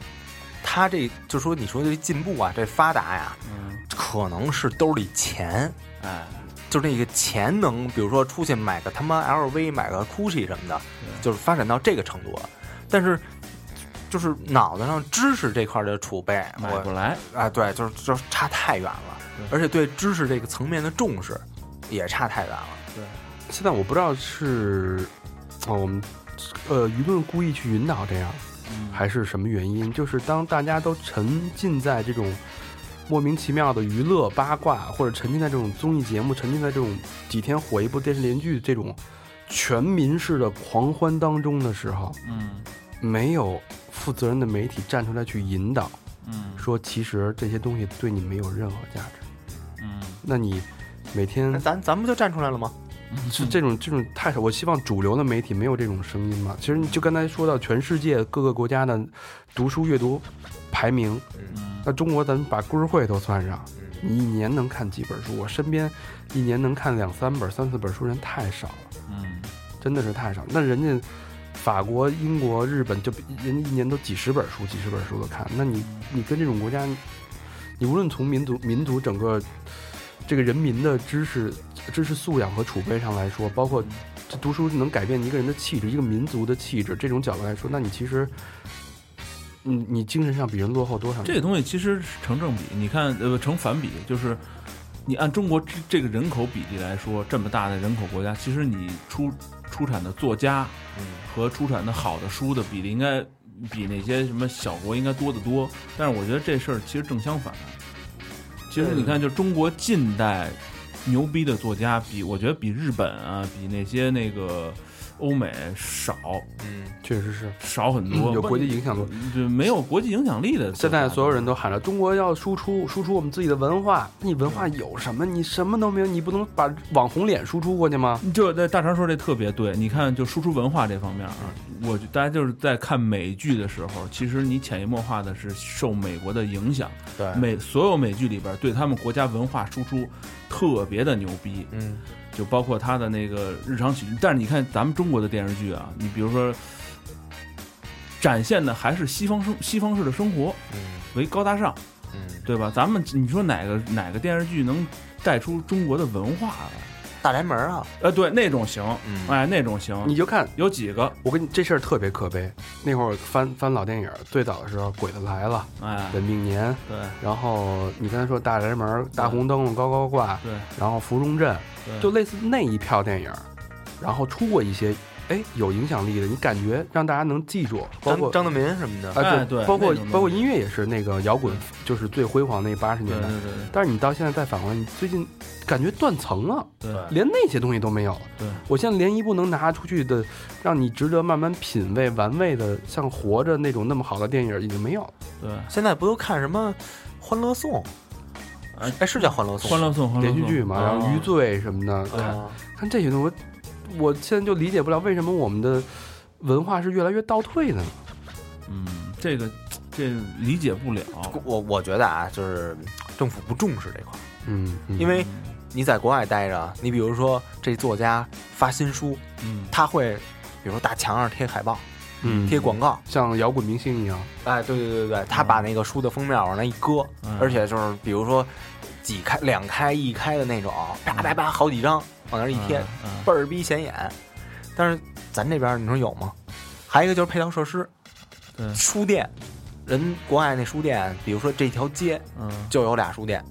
S3: 他这就说你说这进步啊，这发达呀，
S4: 嗯，
S3: 可能是兜里钱。
S4: 哎，
S3: 就是那个钱能，比如说出去买个他妈 LV、买个 GUCCI 什么的，就是发展到这个程度了。但是，就是脑袋上知识这块的储备，
S4: 买不
S3: 我
S4: 来，
S3: 啊，对，就是就是差太远了，
S4: 对
S3: 而且对知识这个层面的重视也差太远了。
S2: 现在我不知道是啊、我们呃舆论故意去引导这样，
S4: 嗯
S2: 还是什么原因？就是当大家都沉浸在这种莫名其妙的娱乐八卦，或者沉浸在这种综艺节目，沉浸在这种几天火一部电视连续剧这种全民式的狂欢当中的时候，
S4: 嗯
S2: 没有负责任的媒体站出来去引导，
S4: 嗯
S2: 说其实这些东西对你没有任何价值。
S4: 嗯，
S2: 那你每天
S3: 那咱咱们就站出来了吗？
S2: 是这种这种太少，我希望主流的媒体没有这种声音嘛。其实你就刚才说到全世界各个国家的读书阅读排名，
S4: 嗯
S2: 那中国咱们把故事会都算上，
S3: 嗯，
S2: 你一年能看几本书？我身边一年能看两三本、三四本书人太少了，
S4: 嗯
S2: 真的是太少。那人家法国、英国、日本就人家一年都几十本书、几十本书的看，那你你跟这种国家，你无论从民族、民族整个这个人民的知识、知识素养和储备上来说，包括这读书能改变一个人的气质、一个民族的气质，这种角度来说，那你其实，你你精神上比人落后多少？
S4: 这个东西其实是成正比，你看呃成反比，就是你按中国这这个人口比例来说，这么大的人口国家，其实你出出产的作家
S2: 嗯
S4: 和出产的好的书的比例，应该比那些什么小国应该多得多。但是我觉得这事儿其实正相反，其实你看，就中国近代牛逼的作家比，我觉得比日本啊，比那些那个欧美少
S3: 嗯，
S2: 确实是。
S4: 少很多，
S2: 嗯有国际影响力，
S4: 就没有国际影响力的作家。
S2: 现在所有人都喊着中国要输出，输出我们自己的文化。那你文化有什么？你什么都没有，你不能把网红脸输出过去吗？
S4: 就那大肠说这特别对，你看就输出文化这方面啊，我就大家就是在看美剧的时候，其实你潜移默化的是受美国的影响，
S3: 对，
S4: 美所有美剧里边对他们国家文化输出特别的牛逼，
S3: 嗯
S4: 就包括他的那个日常喜剧。但是你看咱们中国的电视剧啊，你比如说展现的还是西方生西方式的生活
S3: 嗯
S4: 为高大上，
S3: 嗯，
S4: 对吧？咱们你说哪个哪个电视剧能带出中国的文化来？
S3: 大宅门啊，
S4: 呃，对，那种行，
S3: 嗯
S4: 哎，那种行，
S2: 你就看，
S4: 有几个？
S2: 我跟你这事儿特别可悲。那会儿翻翻老电影，最早的时候《鬼子来了
S4: 哎》
S2: 《本，命年》，
S4: 对
S2: 然后你刚才说《大宅门》《大红灯笼高高挂》，
S4: 对
S2: 然后《芙蓉镇》，
S4: 对，
S2: 就类似那一票电影。然后出过一些哎有影响力的，你感觉让大家能记住，包括
S3: 张张德民什么的，
S2: 啊
S4: 哎对
S2: 包括
S4: 那种东西
S2: 包括音乐也是那个摇滚，就是最辉煌那八十
S4: 对
S2: 年代。
S4: 对对
S2: 但是你到现在再反过来，你最近感觉断层了，
S4: 对对
S2: 连那些东西都没有了。
S4: 对
S2: 我现在连一部能拿出去的，让你值得慢慢品味、玩味的，像《活着》那种那么好的电影已经没有了。
S4: 对，
S3: 现在不都看什么《欢乐颂》？
S4: 哎
S3: 哎，是叫《欢乐颂》
S4: 欢乐颂啊欢乐
S2: 连
S4: 颂
S2: 续剧嘛，然后《余
S4: 鱼
S2: 罪》什么的，看
S3: 啊，
S2: 看这些东西，我我现在就理解不了为什么我们的文化是越来越倒退的呢？
S4: 嗯，这个这理解不了，
S3: 我我觉得啊，就是政府不重视这块儿，
S2: 嗯，嗯
S3: 因为你在国外待着，你比如说这作家发新书，
S4: 嗯
S3: 他会比如说大墙上贴海报、
S2: 嗯
S3: 贴广告，
S2: 像摇滚明星一样，
S3: 哎，对对对对，他把那个书的封面往那一搁，
S4: 嗯
S3: 而且就是比如说几开、两开、一开的那种，叭叭叭好几张往那儿一贴，
S4: 嗯
S3: 倍儿逼显眼。但是咱这边儿你说有吗？还有一个就是配套设施，
S4: 对
S3: 书店，人国外那书店，比如说这条街
S4: 嗯，
S3: 就有俩书店，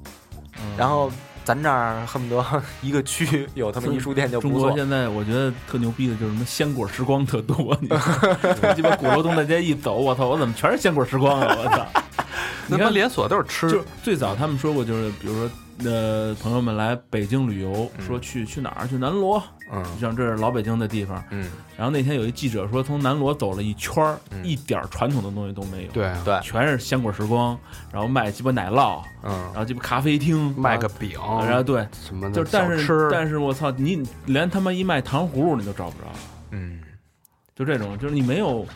S4: 嗯
S3: 然后咱这儿恨不得 (laughs) 一个区有他妈一书店就
S4: 中
S3: 不
S4: 国
S3: 错。
S4: 现在我觉得特牛逼的就是什么鲜果时光特多，你知道吗我鸡巴鼓楼东大街一走，我操，我怎么全是鲜果时光啊，我操！你看
S2: 连锁都是吃
S4: 就是最早他们说过，就是比如说，呃，朋友们来北京旅游，
S3: 嗯
S4: 说去去哪儿？去南锣，
S3: 嗯
S4: 像这是老北京的地方。
S3: 嗯，
S4: 然后那天有一记者说，从南锣走了一圈儿，
S3: 嗯
S4: 一点儿传统的东西都没有，，
S2: 对啊，
S3: 对，
S4: 全是鲜果时光，然后卖鸡巴奶酪，
S3: 嗯
S4: 然，后鸡巴咖啡厅，
S2: 卖个饼，
S4: 啊，然后对，
S2: 什么
S4: 就
S2: 的
S4: 是但
S2: 小吃
S4: 是，但是我操，你连他妈一卖糖葫芦你都找不着，
S3: 嗯。
S4: 就这种，就是你没有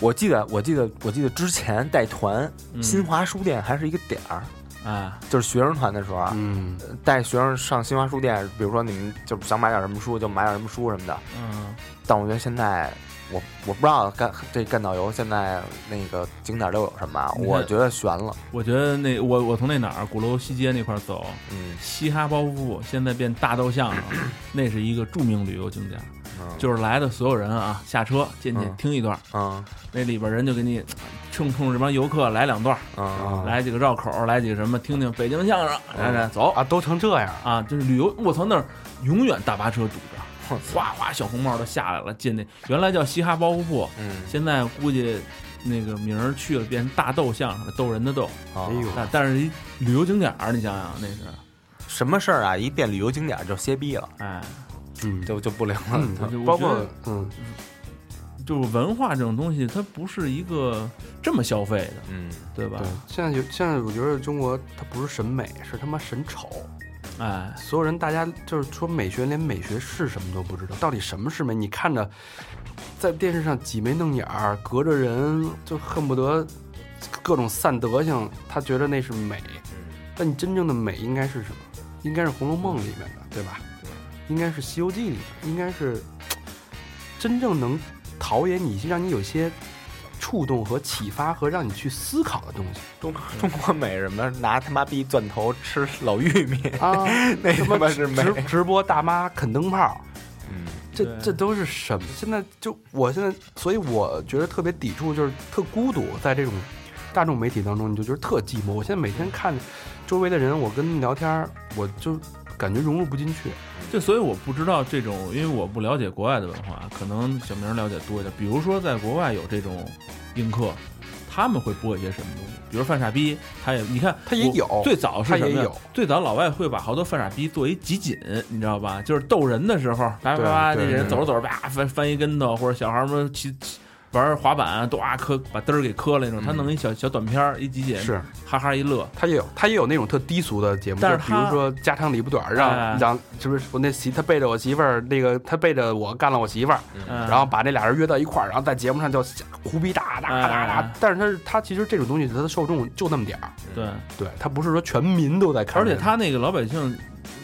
S3: 我记得，我记得，我记得之前带团，
S4: 嗯
S3: 新华书店还是一个点儿，
S4: 啊，
S3: 就是学生团的时候啊，
S2: 嗯，
S3: 带学生上新华书店，比如说你们就想买点什么书，就买点什么书什么的。
S4: 嗯，
S3: 但我觉得现在，我我不知道干这干导游现在那个景点都有什么啊，
S4: 你看
S3: 我觉得悬了。
S4: 我觉得那我我从那哪儿鼓楼西街那块儿走，
S3: 嗯，
S4: 嘻哈包袱现在变大豆
S2: (clears throat)
S4: 巷了，那是一个著名旅游景点，
S3: 嗯
S4: 就是来的所有人啊，下车进去
S3: 嗯
S4: 听一段，
S3: 嗯
S4: 那里边人就给你冲冲这帮游客来两段，
S3: 嗯
S2: 啊
S4: 来几个绕口，来几个什么，听听北京相声，来来走
S2: 啊，都成这样，
S4: 啊，就是旅游，我操那儿永远大巴车堵着，哗哗小红帽都下来了，进那原来叫嘻哈包袱铺，
S3: 嗯，
S4: 现在估计那个名儿去了变成大豆相声了，逗人的逗，
S3: 啊
S2: 哎呦，
S4: 但但是一旅游景点儿，你想想那是，
S3: 什么事儿啊？一变旅游景点就歇逼了，
S4: 哎，
S2: 嗯，
S3: 就就不灵了。
S2: 嗯
S4: 我就我
S2: 包
S4: 觉
S2: 括
S4: 得
S2: 嗯，
S4: 就是文化这种东西，它不是一个这么消费的，
S3: 嗯，
S4: 对吧
S2: 对？，现在有现在我觉得中国它不是审美，是他妈审丑。
S4: 哎，
S2: 所有人大家就是说美学，连美学是什么都不知道，到底什么是美？你看着在电视上挤眉弄眼儿，隔着人就恨不得各种散德性，他觉得那是美。但你真正的美应该是什么？应该是《红楼梦》里面的，对吧？应该是《西游记》里的，应该是真正能陶冶你，让你有些触动和启发，和让你去思考的东西
S3: 中中国美什么？拿他妈逼钻头吃老玉 (laughs) 米，
S2: 啊。
S3: 那他妈是美。
S2: 直直播大妈啃灯泡，
S3: 嗯
S2: 这
S4: 对
S2: 这都是什么？现在就我现在，所以我觉得特别抵触，就是特孤独，在这种大众媒体当中，你就觉得特寂寞。我现在每天看周围的人，我跟他们聊天儿，我就感觉融入不进去。
S4: 就所以我不知道这种，因为我不了解国外的文化，可能小明了解多一点。比如说在国外有这种映客，他们会播一些什么东西？比如犯傻逼，他也你看
S2: 他也
S4: 我
S2: 有
S4: 最早是
S2: 他
S4: 什么
S2: 也
S4: 呀
S2: 有
S4: 最早老外会把好多犯傻逼做一集锦，你知道吧？就是逗人的时候，叭叭叭，
S2: 对
S4: 那
S2: 对
S4: 人
S2: 对
S4: 走着走着叭翻翻一跟头，或者小孩儿们骑。骑玩滑板，咚啊磕把嘚儿给磕了那种，他弄一小小短片儿，一集锦，
S2: 嗯是
S4: 哈哈一乐，
S2: 他也有他也有那种特低俗的节目，
S4: 但是
S2: 就比如
S4: 他
S2: 说家长里不短儿，
S4: 哎
S2: 让让是不是我那媳他背着我媳妇儿，那个他背着我干了我媳妇儿，
S4: 嗯
S2: 然后把这俩人约到一块儿，然后在节目上就胡逼大大大
S4: 哎
S2: 大。但是他是他其实这种东西他的受众就那么点儿，
S4: 对，
S2: 对他不是说全民都在看，
S4: 而且他那个老百姓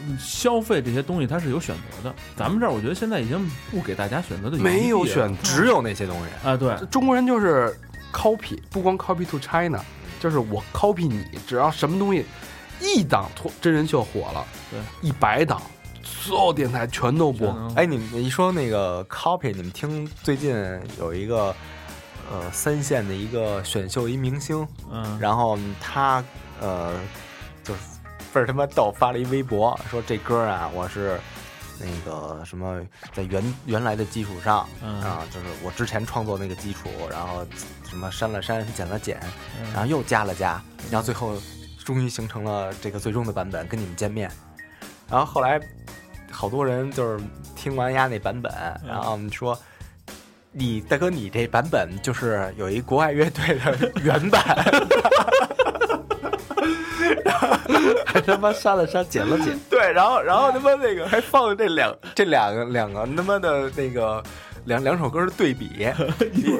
S4: 嗯消费这些东西，他是有选择的。咱们这儿我觉得现在已经不给大家选择的余地了
S2: 没有选择，
S3: 只有那些东西。
S4: 啊，对，
S2: 中国人就是 copy，不光 copy to China，就是我 copy 你，只要什么东西一档脱真人秀火了，
S4: 对，
S2: 一百档，所有电台全都播。
S4: 嗯
S3: 哎，你们一说那个 copy，你们听最近有一个呃三线的一个选秀一明星，
S4: 嗯，
S3: 然后他呃就是倍儿他妈逗发了一微博，说这歌啊我是那个什么，在原原来的基础上
S4: 嗯
S3: 啊，就是我之前创作那个基础，然后什么删了删，减了减，然后又加了加，然后最后终于形成了这个最终的版本，跟你们见面。然后后来好多人就是听完丫那版本，然后说。你大哥，你这版本就是有一国外乐队的原版，
S2: 还他妈删了删，剪了剪，
S3: 对，然后然后他妈那个还放这两这两个两个他妈的那个两两首歌的对比，你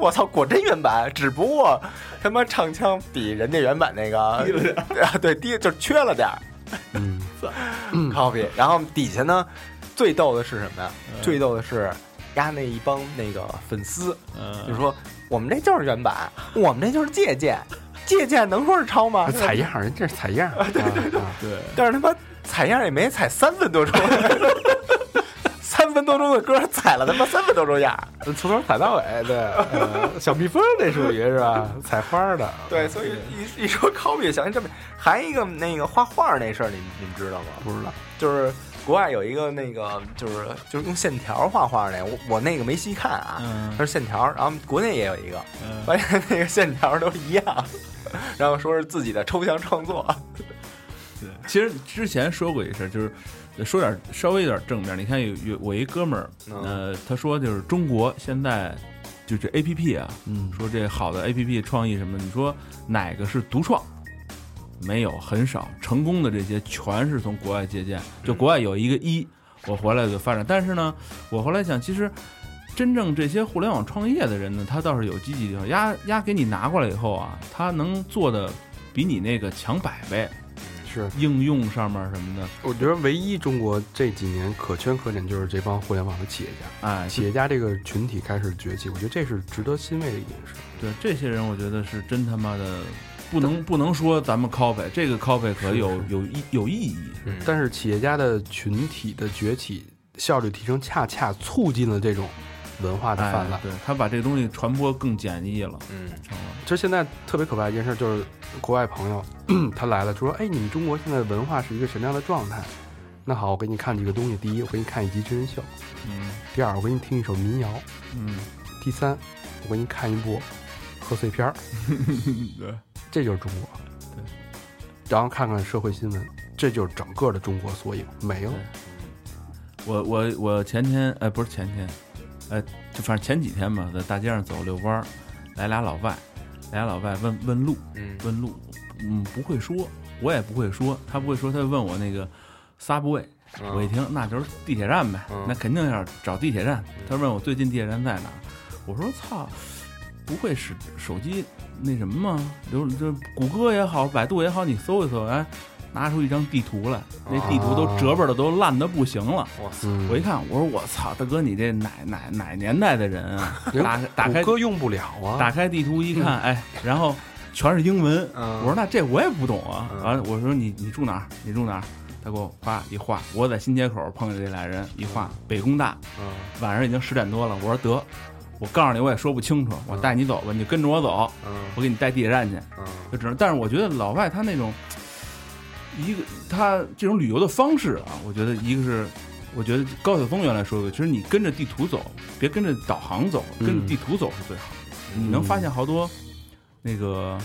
S3: 我操，果真原版，只不过他妈唱腔比人家原版那个低了点啊， (laughs) 对，低就是缺了点儿
S2: 嗯，
S3: copy。然后底下呢，最逗的是什么呀？最逗的是压那一帮那个粉丝，就
S4: 嗯，
S3: 说我们这就是原版，我们这就是借鉴，借鉴能说是抄吗？
S2: 采样，人这是采样，啊对对对，
S4: 对，
S3: (laughs) 但是他妈采样也没采三分多钟， (laughs) 三分多钟的歌采了他妈三分多钟样儿。
S2: 啊从头采到尾，对，呃小蜜蜂这属于是吧？采花的，
S3: 对，所以一一说 copy 想起这么，还一个那个画画那事儿，你们你们知道吗？
S2: 不知道，
S3: 就是国外有一个那个就是就是用线条画画那，我我那个没细看啊，
S4: 嗯
S3: 它是线条，然后国内也有一个，
S4: 嗯
S3: 发现那个线条都一样， (laughs) 然后说是自己的抽象创作，
S4: 对，其实之前说过一事儿，就是说点儿稍微有点正面。你看有有我一哥们儿，呃，他说就是中国现在就这 A P P 啊，
S2: 嗯，
S4: 说这好的 A P P 创意什么的，你说哪个是独创？没有，很少成功的这些全是从国外借鉴。就国外有一个一，我回来就发展。但是呢，我后来想，其实真正这些互联网创业的人呢，他倒是有积极地方。压压给你拿过来以后啊，他能做的比你那个强百倍。
S2: 是，
S4: 应用上面什么的，
S2: 我觉得唯一中国这几年可圈可点就是这帮互联网的企业家，
S4: 哎，
S2: 企业家这个群体开始崛起，我觉得这是值得欣慰的一件事。
S4: 对这些人，我觉得是真他妈的不能不能说咱们 copy 这个 copy 可
S2: 是
S4: 有
S2: 是
S4: 有意有意义，
S3: 嗯
S2: 但是企业家的群体的崛起、效率提升，恰恰促进了这种文化的
S4: 哎
S2: 泛滥。
S4: 对他把这个东西传播更简易了，
S3: 嗯，
S4: 成了
S2: 其实现在特别可怕的一件事就是，国外朋友 (clears throat) 他来了，就说：“哎，你们中国现在文化是一个什么样的状态？”那好，我给你看几个东西。第一，我给你看一集真人秀；
S4: 嗯
S2: 第二，我给你听一首民谣；
S4: 嗯，
S2: 第三，我给你看一部贺岁片儿。
S4: 对，
S2: 这就是中国。
S4: 对，
S2: 然后看看社会新闻，这就是整个的中国缩影，没了。
S4: 我我我前天哎不是前天，哎就反正前几天吧，在大街上走遛弯儿，来俩老外，来俩老外问问路，
S3: 嗯
S4: 问路，嗯不会说，我也不会说，他不会说，他就问我那个 subway。我一听，那就是地铁站呗，
S3: 嗯
S4: 那肯定要找地铁站。他问我最近地铁站在哪儿，我说操，不会使手机那什么吗？留这谷歌也好，百度也好，你搜一搜，哎，拿出一张地图来，那地图都折巴的都烂的不行了。
S3: 我操，
S2: 嗯
S4: 我一看，我说我操，大哥，你这哪哪哪年代的人啊？打打开
S2: 谷歌用不了啊，
S4: 打开地图一看，哎，然后全是英文。
S3: 嗯
S4: 我说那这我也不懂啊。
S3: 嗯
S4: 完了，我说你你住哪儿？你住哪儿？他给我啪一画，我在新街口碰见这俩人，一画北工大，
S3: 嗯
S4: 晚上已经十点多了。我说得，我告诉你我也说不清楚，我带你走吧，你就跟着我走，
S3: 嗯
S4: 我给你带地铁站去，
S3: 嗯
S4: 就只能。但是我觉得老外他那种一个他这种旅游的方式啊，我觉得一个是。我觉得高晓松原来说过，其实你跟着地图走，别跟着导航走，跟着地图走是最好的。你能发现好多那个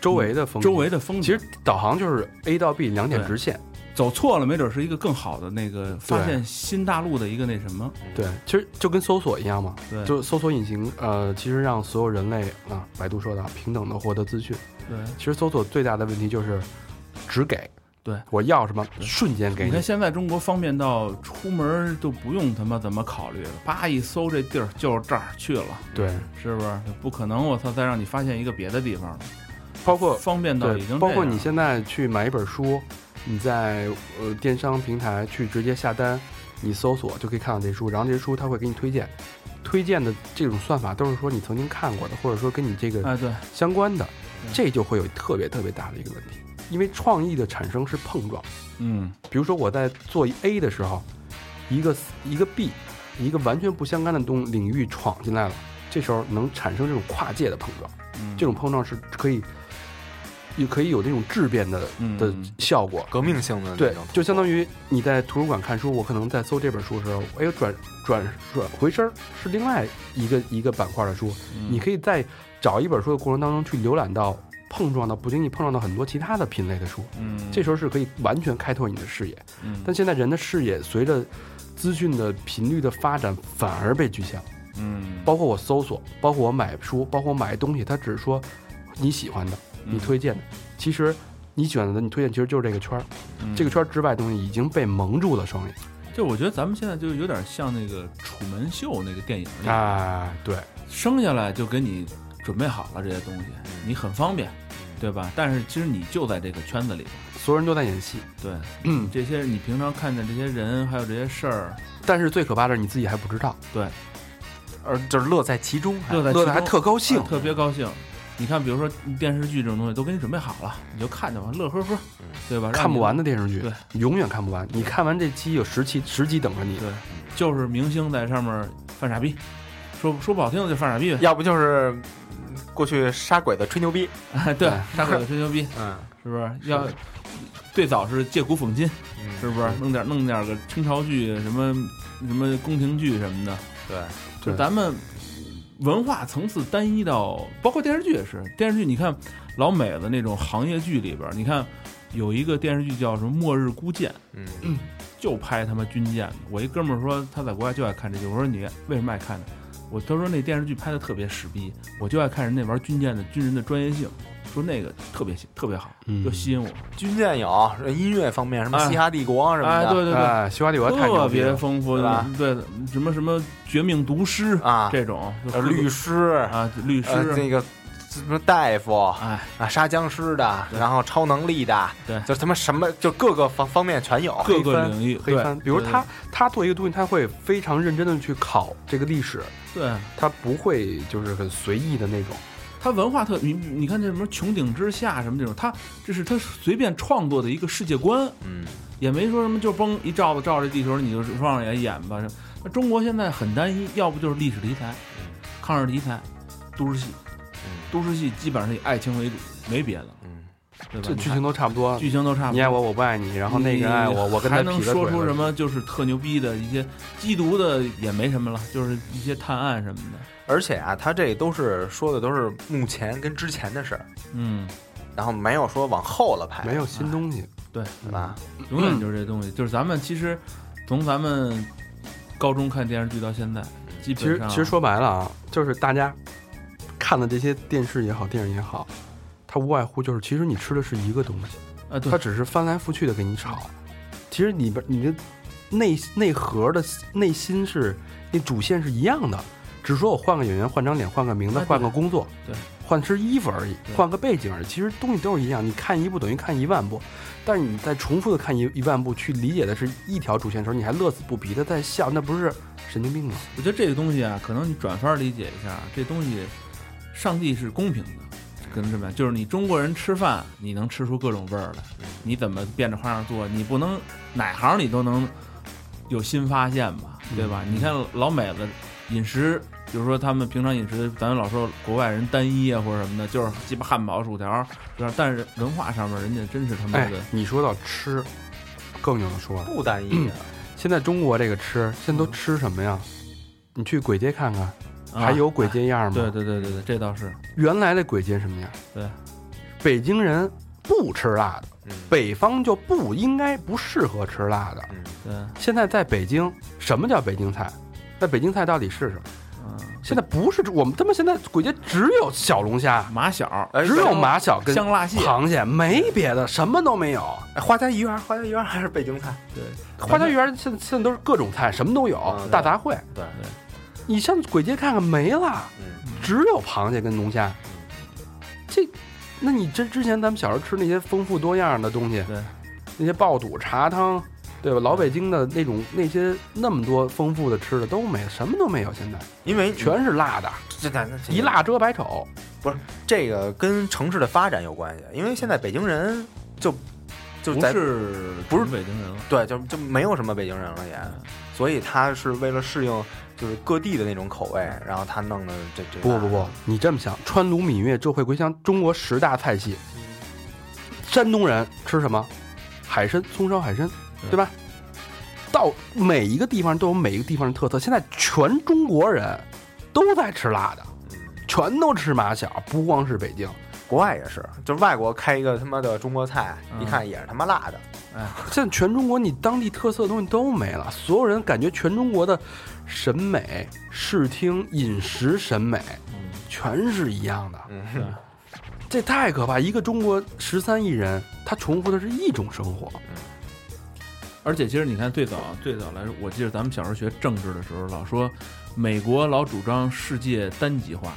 S2: 周围的风景，
S4: 周围的风景，
S2: 其实导航就是 A 到 B 两点
S4: 对
S2: 直线。
S4: 走错了，没准是一个更好的那个发现新大陆的一个那什么。
S2: 对，其实就跟搜索一样嘛，
S4: 对
S2: 就是搜索引擎，呃，其实让所有人类啊，百度说的啊平等的获得资讯。
S4: 对，
S2: 其实搜索最大的问题就是只给，
S4: 对
S2: 我要什么
S4: 对
S2: 瞬间给
S4: 你
S2: 你
S4: 看。现在中国方便到出门都不用他妈怎么考虑了，叭一搜这地儿就是这儿去了，
S2: 对，
S4: 是不是？不可能，我操，再让你发现一个别的地方了。
S2: 包括
S4: 方便到已经
S2: 对，包括你现在去买一本书，你在呃电商平台去直接下单，你搜索就可以看到这书，然后这书它会给你推荐，推荐的这种算法都是说你曾经看过的，或者说跟你这
S4: 在
S2: 个
S4: 哎对，
S2: 相关的，
S4: 对
S2: 这就会有特别特别大的一个问题，因为创意的产生是碰撞。
S4: 嗯
S2: 比如说我在做 A 的时候，一个一个 B，一个完全不相干的东领域闯进来了，这时候能产生这种跨界的碰撞。
S4: 嗯，
S2: 这种碰撞是可以也可以有那种质变的
S4: 嗯
S2: 的
S4: 嗯
S2: 效果。
S3: 革命性的
S2: 对
S3: 那种，
S2: 就相当于你在图书馆看书，我可能在搜这本书的时候，哎，转转转回身儿是另外一个一个板块的书，
S4: 嗯
S2: 你可以在找一本书的过程当中去浏览到碰撞到不经意碰撞到很多其他的品类的书，
S4: 嗯，
S2: 这时候是可以完全开拓你的视野。
S4: 嗯，
S2: 但现在人的视野随着资讯的频率的发展，反而被局限了。
S4: 嗯，
S2: 包括我搜索，包括我买书，包括我买东西，它只是说你喜欢的，
S4: 嗯
S2: 你推荐的，其实。你喜欢的，你推荐其实就是这个圈儿，
S4: 嗯
S2: 这个圈儿之外的东西已经被蒙住了双眼。
S4: 就我觉得咱们现在就有点像那个《楚门秀》那个电影里，
S2: 啊，对，
S4: 生下来就给你准备好了这些东西，你很方便，对吧？但是其实你就在这个圈子里，
S2: 所有人都在演戏，
S4: 对，
S2: 嗯，
S4: 这些你平常看见这些人，还有这些事儿，
S2: 但是最可怕的是你自己还不知道，
S3: 而呃就是乐在其中，还
S4: 乐在
S2: 乐的
S4: 其
S2: 还
S4: 中
S2: 特高
S4: 啊
S2: 兴，
S4: 特别高兴。你看，比如说电视剧这种东西，都给你准备好了，你就看着吧，乐呵呵，对吧？
S2: 看不完
S4: 的，
S2: 的电视剧
S4: 对，
S2: 永远看不完。你看完这期有十期，十集等着你。
S4: 对，就是明星在上面犯傻逼，说说不好听的就犯傻逼呗，
S3: 要不就是过去杀鬼子吹牛逼，
S4: 哎， (laughs) 对
S2: 对，
S4: 大个子吹牛逼，
S3: 嗯
S4: 是不是？要最早是借古讽今，
S3: 嗯
S4: 是不是？弄点弄点个清朝剧，什么什么宫廷剧什么的，
S3: 对，
S4: 就
S2: 对
S4: 咱们文化层次单一到，包括电视剧也是。电视剧你看老美的那种行业剧里边，你看有一个电视剧叫什么《末日孤舰》，
S3: 嗯，
S4: 就拍他妈军舰的。我一哥们儿说他在国外就爱看这剧，我说你为什么爱看呢？我他说那电视剧拍的特别屎逼，我就爱看人那玩军舰的军人的专业性，说那个特别特别好，
S2: 嗯
S4: 就吸引我。
S3: 军舰有音乐方面，什么
S4: 哎
S3: 嘻哈帝国什么
S4: 哎，对
S3: 的，
S4: 对对，
S2: 啊，西瓜里边太牛
S4: 特
S2: 逼
S4: 别
S2: 了，
S4: 丰富，
S3: 对吧
S4: 对的什么什么绝命毒师
S3: 啊
S4: 这种，就
S3: 呃律师，
S4: 啊律师
S3: 呃，那个什么大夫，
S4: 哎，
S3: 啊，杀僵尸的，
S4: 对
S3: 然后超能力的，
S4: 对
S3: 就是他妈什么，就各个方方面全有。
S4: 各
S2: 黑
S4: 个
S2: 帆
S4: 领域
S2: 黑
S4: 对
S2: 帆，比如他他做一个东西，他会非常认真的去考这个历史，
S4: 对
S2: 他不会就是很随意的那种。
S4: 他文化特你你看这什么穹顶之下什么这种，他这是他随便创作的一个世界观，
S3: 嗯，
S4: 也没说什么就崩一照子照着地球你就往上演吧。那中国现在很单一，要不就是历史题材、抗日题材、都市戏，都市戏基本上以爱情为主，没别的，
S3: 嗯，
S4: 对吧？
S2: 这
S4: 你
S2: 剧
S4: 还
S2: 情都差不多，
S4: 剧情都差不多。
S2: 你爱我，我不爱你，然后那个人爱我，我跟他
S4: 哎还
S2: 劈了
S4: 能
S2: 腿
S4: 说出
S2: 了
S4: 什？么就是特牛逼的一些缉毒的也没什么了，就是一些探案什么的。
S3: 而且啊，他这都是说的都是目前跟之前的事儿，
S4: 嗯，
S3: 然后没有说往后了拍，
S2: 没
S4: 啊
S2: 有新东西，嗯
S3: 对吧？
S4: 永远就是这东西，就是咱们其实从咱们高中看电视剧到现在，基
S2: 其
S4: 本
S2: 实
S4: 上
S2: 其实说白了啊，就是大家看的这些电视也好，电影也好，它无外乎就是，其实你吃的是一个东西，
S4: 啊，
S2: 它
S4: 对，
S2: 只是翻来覆去的给你炒。其实里边你的内内核的内心是那主线是一样的，只是说我换个演员、换张脸、换个名字、
S4: 哎对
S2: 换个工作、
S4: 对
S2: 换身衣服而已
S4: 对，
S2: 换个背景而已。其实东西都是一样，你看一部等于看一万部，但是你在重复的看一一万部去理解的是一条主线的时候，你还乐此不疲的在笑，那不是神经病吗？
S4: 我觉得这个东西啊，可能你转发理解一下，这东西上帝是公平的。可能这么样，就是你中国人吃饭，你能吃出各种味儿来，你怎么变着花样做，你不能哪行你都能有新发现吧，对吧？
S2: 嗯
S4: 你看老美子饮食，比如说他们平常饮食，咱们老说国外人单一啊或者什么的，就是鸡巴汉堡、薯条，是吧？但是文化上面人家真是他妈
S2: 哎
S4: 的，，
S2: 你说到吃，更有的说了。
S3: 不单一啊，
S2: 现在中国这个吃，现在都吃什么呀？你去簋街看看，
S4: 嗯啊
S2: 哎还有簋街样吗？
S4: 对对对对对，这倒是，
S2: 原来的簋街什么样？
S4: 对，
S2: 北京人不吃辣的，
S3: 嗯，
S2: 北方就不应该不适合吃辣的。
S3: 嗯，
S4: 对，
S2: 现在在北京，什么叫北京菜？那北京菜到底是什么？
S4: 嗯，
S2: 现在不是我们他妈现在簋街只有小龙虾，
S4: 马小、
S3: 哎
S2: 只有马小跟
S4: 香辣蟹，
S2: 螃蟹，没别的，什么都没有。
S3: 哎花家鱼圆，花家鱼圆还是北京菜，
S4: 对，
S2: 花家园现在现在都是各种菜，什么都有，
S3: 嗯
S2: 大杂烩。
S3: 对
S4: 对
S2: 你上簋街看看没了，
S3: 嗯
S2: 只有螃蟹跟龙虾。这，那你之之前咱们小时候吃那些丰富多样的东西，
S4: 对，
S2: 那些爆肚、茶汤，对吧？老北京的那种那些那么多丰富的吃的都没，什么都没有，现在
S3: 因为
S2: 全是辣的，
S3: 这咱
S2: 一辣遮百丑。
S3: 这个跟城市的发展有关系，因为现在北京人就就
S4: 不
S3: 在
S4: 是
S3: 不是
S4: 北京人了，
S3: 对，就就没有什么北京人了也，所以他是为了适应就是各地的那种口味，然后他弄的这这
S2: 不不不，，你这么想，川鲁闽粤、浙会桂香，中国十大菜系，山东人吃什么？海参，葱烧海参，对吧？到每一个地方都有每一个地方的特色。现在全中国人都在吃辣的，全都吃马小，不光是北京。
S3: 国外也是，就是外国开一个他妈的中国菜，
S4: 嗯
S3: 一看也是他妈辣的。
S2: 现在全中国你当地特色的东西都没了，所有人感觉全中国的审美、视听、饮食审美全是一样的，
S3: 嗯，
S2: 这太可怕！一个中国十三亿人，他重复的是一种生活，
S4: 而且其实你看，最早最早来说，我记得咱们小时候学政治的时候，老说美国老主张世界单极化，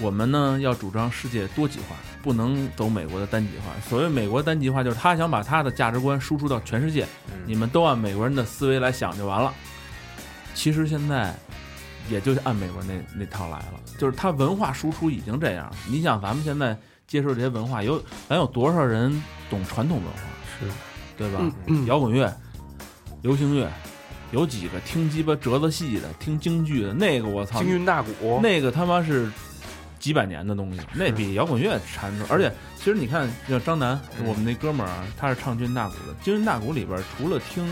S4: 我们呢要主张世界多极化，不能走美国的单极化。所谓美国单极化，就是他想把他的价值观输出到全世界，
S3: 嗯
S4: 你们都按美国人的思维来想就完了。其实现在。也就按美国那那套来了，就是他文化输出已经这样了。你想，咱们现在接受这些文化，有咱有多少人懂传统文化？
S2: 是
S4: 对吧？
S2: 嗯嗯
S4: 摇滚乐、流行乐，有几个听鸡巴折子戏的，听京剧的，那个我操
S2: 京，韵大鼓。
S4: 那个他妈是几百年的东西，那比摇滚乐缠着。而且其实你看，像张楠，
S3: 嗯
S4: 我们那哥们儿啊，他是唱京韵大鼓的，京韵大鼓里边除了听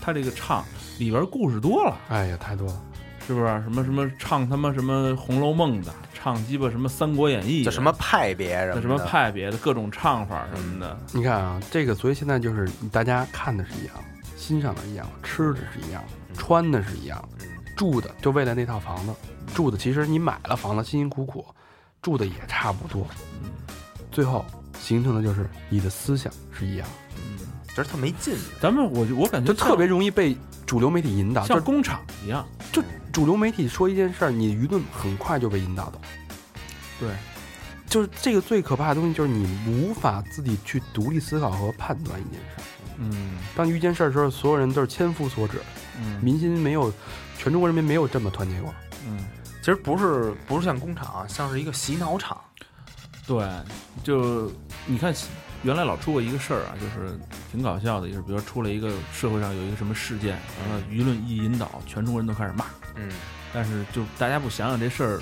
S4: 他这个唱，里边故事多了。
S2: 哎呀，太多了！
S4: 是不是什么什么唱他妈什么《红楼梦》的，唱鸡巴什么《三国演义》
S3: 就
S4: 的，
S3: 什么派别什么的
S4: 什么派别的各种唱法什么的，
S2: 你看啊，这个，所以现在就是大家看的是一样，欣赏的一样，吃的是一样，穿的是一样，
S3: 嗯
S2: 住的就为了那套房子，住的其实你买了房子，辛辛苦苦住的也差不多，
S4: 嗯
S2: 最后形成的就是你的思想是一样，
S3: 觉得特没劲。
S4: 嗯咱们我就我感觉
S2: 就特别容易被主流媒体引导。
S4: 像
S2: 就
S4: 像工厂一样，
S2: 就主流媒体说一件事儿，你舆论很快就被引导走。
S4: 对，
S2: 就是这个最可怕的东西，就是你无法自己去独立思考和判断一件事儿。
S4: 嗯
S2: 当遇见事儿的时候，所有人都是千夫所指，
S4: 嗯
S2: 民心没有，全中国人民没有这么团结过。
S4: 嗯。
S3: 其实不是不是像工厂，像是一个洗脑场。
S4: 对，就你看，原来老出过一个事儿啊，就是挺搞笑的，就是比如说出了一个社会上有一个什么事件，然后舆论一引导，全中国人都开始骂，
S3: 嗯，
S4: 但是就大家不想想这事儿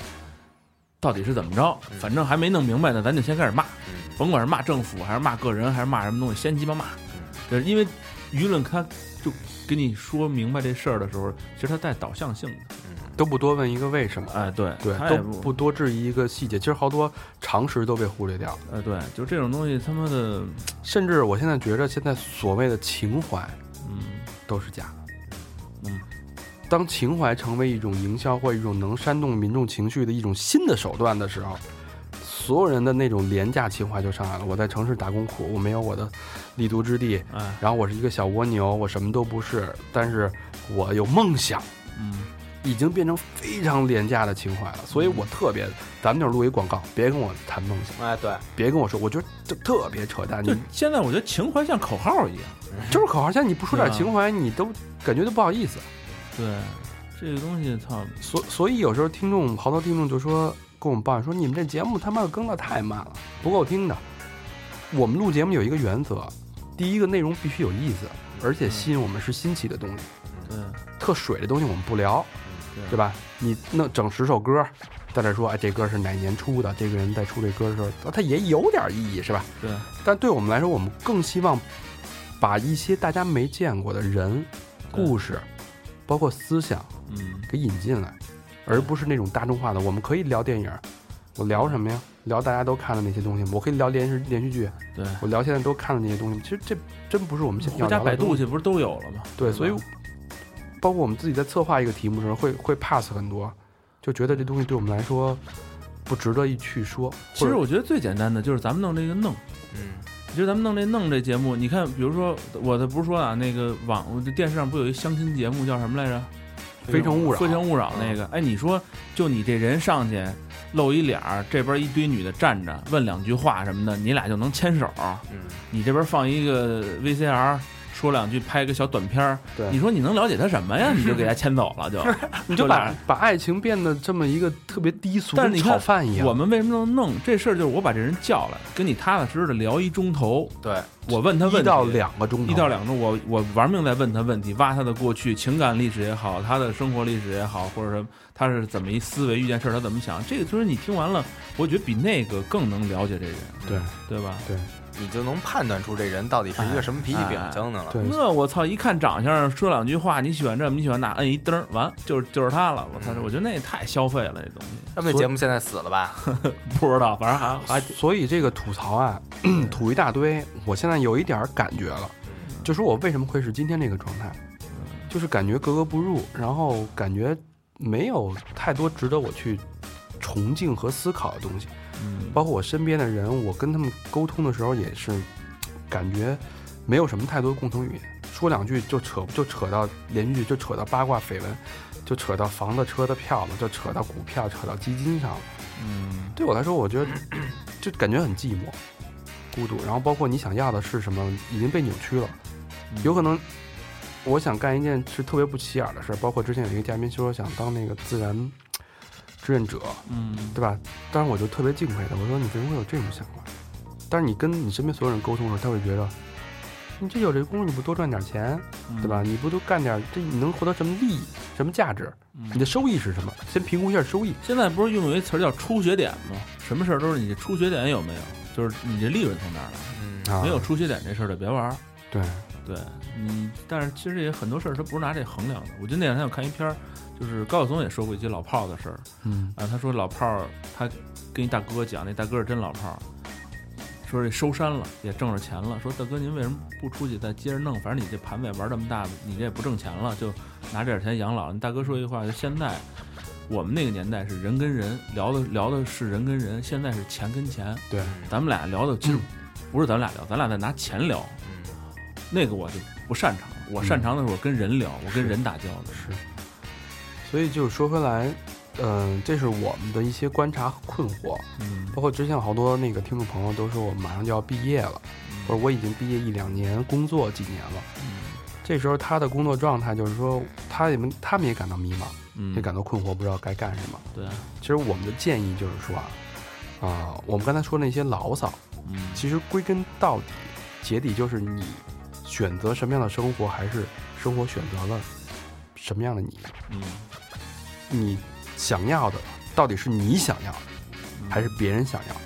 S4: 到底是怎么着，
S3: 嗯
S4: 反正还没弄明白呢，咱就先开始骂，
S3: 嗯
S4: 甭管是骂政府还是骂个人还是骂什么东西，先鸡巴骂，就是因为舆论他就给你说明白这事儿的时候，其实他带导向性的，
S3: 嗯
S2: 都不多问一个为什么，
S4: 哎，对，
S2: 对
S4: 他，也
S2: 都不多质疑一个细节。其实好多常识都被忽略掉了，
S4: 哎，对，就这种东西他妈的，
S2: 甚至我现在觉着，现在所谓的情怀
S4: 嗯
S2: 都是假的。
S4: 嗯，
S2: 当情怀成为一种营销或一种能煽动民众情绪的一种新的手段的时候，所有人的那种廉价情怀就上来了。我在城市打工苦，我没有我的立足之地，
S4: 哎，
S2: 然后我是一个小蜗牛，我什么都不是，但是我有梦想。
S4: 嗯。
S2: 已经变成非常廉价的情怀了，所以我特别，咱们就是录一广告，别跟我谈梦想，
S3: 哎，对，
S2: 别跟我说，我觉得这特别扯淡，
S4: 就
S2: 你
S4: 现在，我觉得情怀像口号一样。
S2: 就是口号，现在你不说点
S4: 对啊
S2: 情怀，你都感觉都不好意思。
S4: 对，这个东西，操，
S2: 所所以有时候听众好多听众就说跟我们抱怨说，你们这节目他妈的更的太慢了，不够听的。我们录节目有一个原则，第一个内容必须有意思，而且吸引我们是新奇的东西，
S4: 对，
S2: 特水的东西我们不聊，对吧？你弄整十首歌，在这说，哎，这歌是哪年出的？这个人在出这歌的时候，它也有点意义，是吧？
S4: 对，
S2: 但对我们来说，我们更希望把一些大家没见过的人、故事，包括思想
S4: 嗯，
S2: 给引进来，而不是那种大众化的。我们可以聊电影，我聊什么呀？聊大家都看的那些东西，我可以聊连续连续剧，
S4: 对。
S2: 我聊现在都看的那些东西。其实这真不是我们现在要
S4: 回家
S2: 聊的
S4: 百
S2: 东
S4: 度
S2: 西
S4: 去，不是都有了吗？
S2: 对，
S4: 吧
S2: 所以包括我们自己在策划一个题目的时候，会会 pass 很多，就觉得这东西对我们来说不值得一去说。
S4: 其
S2: 或
S4: 实
S2: 者
S4: 我觉得最简单的就是咱们弄这个弄。
S3: 嗯
S4: 其实咱们弄这弄这节目，你看，比如说我的不是说啊，那个网电视上不有一相亲节目叫什么来着？
S2: 非诚勿扰嗯
S4: 非诚勿扰那个，哎，你说就你这人上去露一脸儿，这边一堆女的站着，问两句话什么的，你俩就能牵手。
S3: 嗯，
S4: 你这边放一个 VCR，说两句，拍个小短片儿，
S2: 对
S4: 你说你能了解他什么
S2: (laughs)
S4: 呀？你就给他牵走了，就
S2: 你就
S4: 就
S2: 把
S4: 俩
S2: 把爱情变得这么一个特别低俗，
S4: 但是
S2: 跟
S4: 你
S2: 炒
S4: 看
S2: 饭一样。
S4: 我们为什么能弄这事儿？就是我把这人叫来，跟你踏踏实实的聊一钟头，
S3: 对，
S4: 我问他问题
S2: 一到。两个钟头，
S4: 一到两钟，我我玩命在问他问题，挖他的过去、情感历史也好，他的生活历史也好，或者说他是怎么一思维遇见事儿，他怎么想，这个就是你听完了，我觉得比那个更能了解这人，
S2: 对
S4: 对吧？
S2: 对，
S3: 你就能判断出这人到底是一个什么脾气秉性的了。
S2: 哎对，
S4: 那我操，一看长相，说两句话，你喜欢这，你喜欢那，摁一灯儿，完就是就是他了。我操，
S2: 嗯
S4: 我觉得那也太消费了，那东西
S3: 他们这节目现在死了吧？
S4: 不知道，反正
S2: 啊
S4: 还还
S2: 所以这个吐槽啊，
S4: 嗯
S2: (clears throat) 吐一大堆，我现在有一点儿感觉了，就是我为什么会是今天这个状态，
S4: 嗯
S2: 就是感觉格格不入，然后感觉没有太多值得我去崇敬和思考的东西，
S4: 嗯
S2: 包括我身边的人，我跟他们沟通的时候也是感觉没有什么太多共同语言，说两句就扯就扯到连续剧，就扯到八卦绯闻，就扯到房子、车的票了，就扯到股票，扯到基金上了。
S4: 嗯
S2: 对我来说，我觉得就感觉很寂寞、孤独，然后包括你想要的是什么，已经被扭曲了。
S4: 嗯
S2: 有可能我想干一件是特别不起眼的事儿，包括之前有一个嘉宾说想当那个自然志愿者，
S4: 嗯
S2: 对吧？当然我就特别敬佩他，我说你为什么会有这种想法？但是你跟你身边所有人沟通的时候，他会觉得你这有这功夫，你不多赚点钱，
S4: 嗯
S2: 对吧？？你不多干点这，你能获得什么利益、什么价值？
S4: 嗯
S2: 你的收益是什么？先评估一下收益。
S4: 现在不是用有一词儿叫出血点吗？什么事儿都是你这出血点有没有，就是你这利润从哪儿来？
S3: 嗯，
S2: 啊
S4: 没有出血点这事儿的别玩儿。
S2: 对，
S4: 对，嗯，但是其实也很多事儿，他不是拿这衡量的。我记得那两天我看一篇儿，就是高晓松也说过一些老炮儿的事儿
S2: 嗯
S4: 啊。他说老炮儿，他跟一大哥讲，那大哥是真老炮儿，说这收山了，也挣着钱了。说大哥，您为什么不出去再接着弄？反正你这盘子也玩这么大，你这也不挣钱了，就拿这点钱养老。你大哥说一句话，就现在我们那个年代是人跟人聊的，聊的是人跟人，现在是钱跟钱。
S2: 对，
S4: 咱们俩聊的
S2: 嗯
S4: 其实不是咱俩聊，咱俩在拿钱聊。那个我就不擅长，我擅长的是我跟人聊，我跟人打交道。
S2: 嗯是。所以就是说回来，嗯、这是我们的一些观察和困惑，
S4: 嗯
S2: 包括之前有好多那个听众朋友都说我马上就要毕业了，或者我已经毕业一两年，工作几年了。这时候他的工作状态就是说，他们他们也感到迷茫，
S4: 嗯
S2: 也感到困惑，不知道该干什么。
S4: 对啊，
S2: 其实我们的建议就是说啊，啊、我们刚才说那些牢骚，
S4: 嗯
S2: 其实归根到底，结底就是你选择什么样的生活，还是生活选择了什么样的你。
S4: 嗯，
S2: 你想要的到底是你想要的，
S4: 嗯
S2: 还是别人想要的？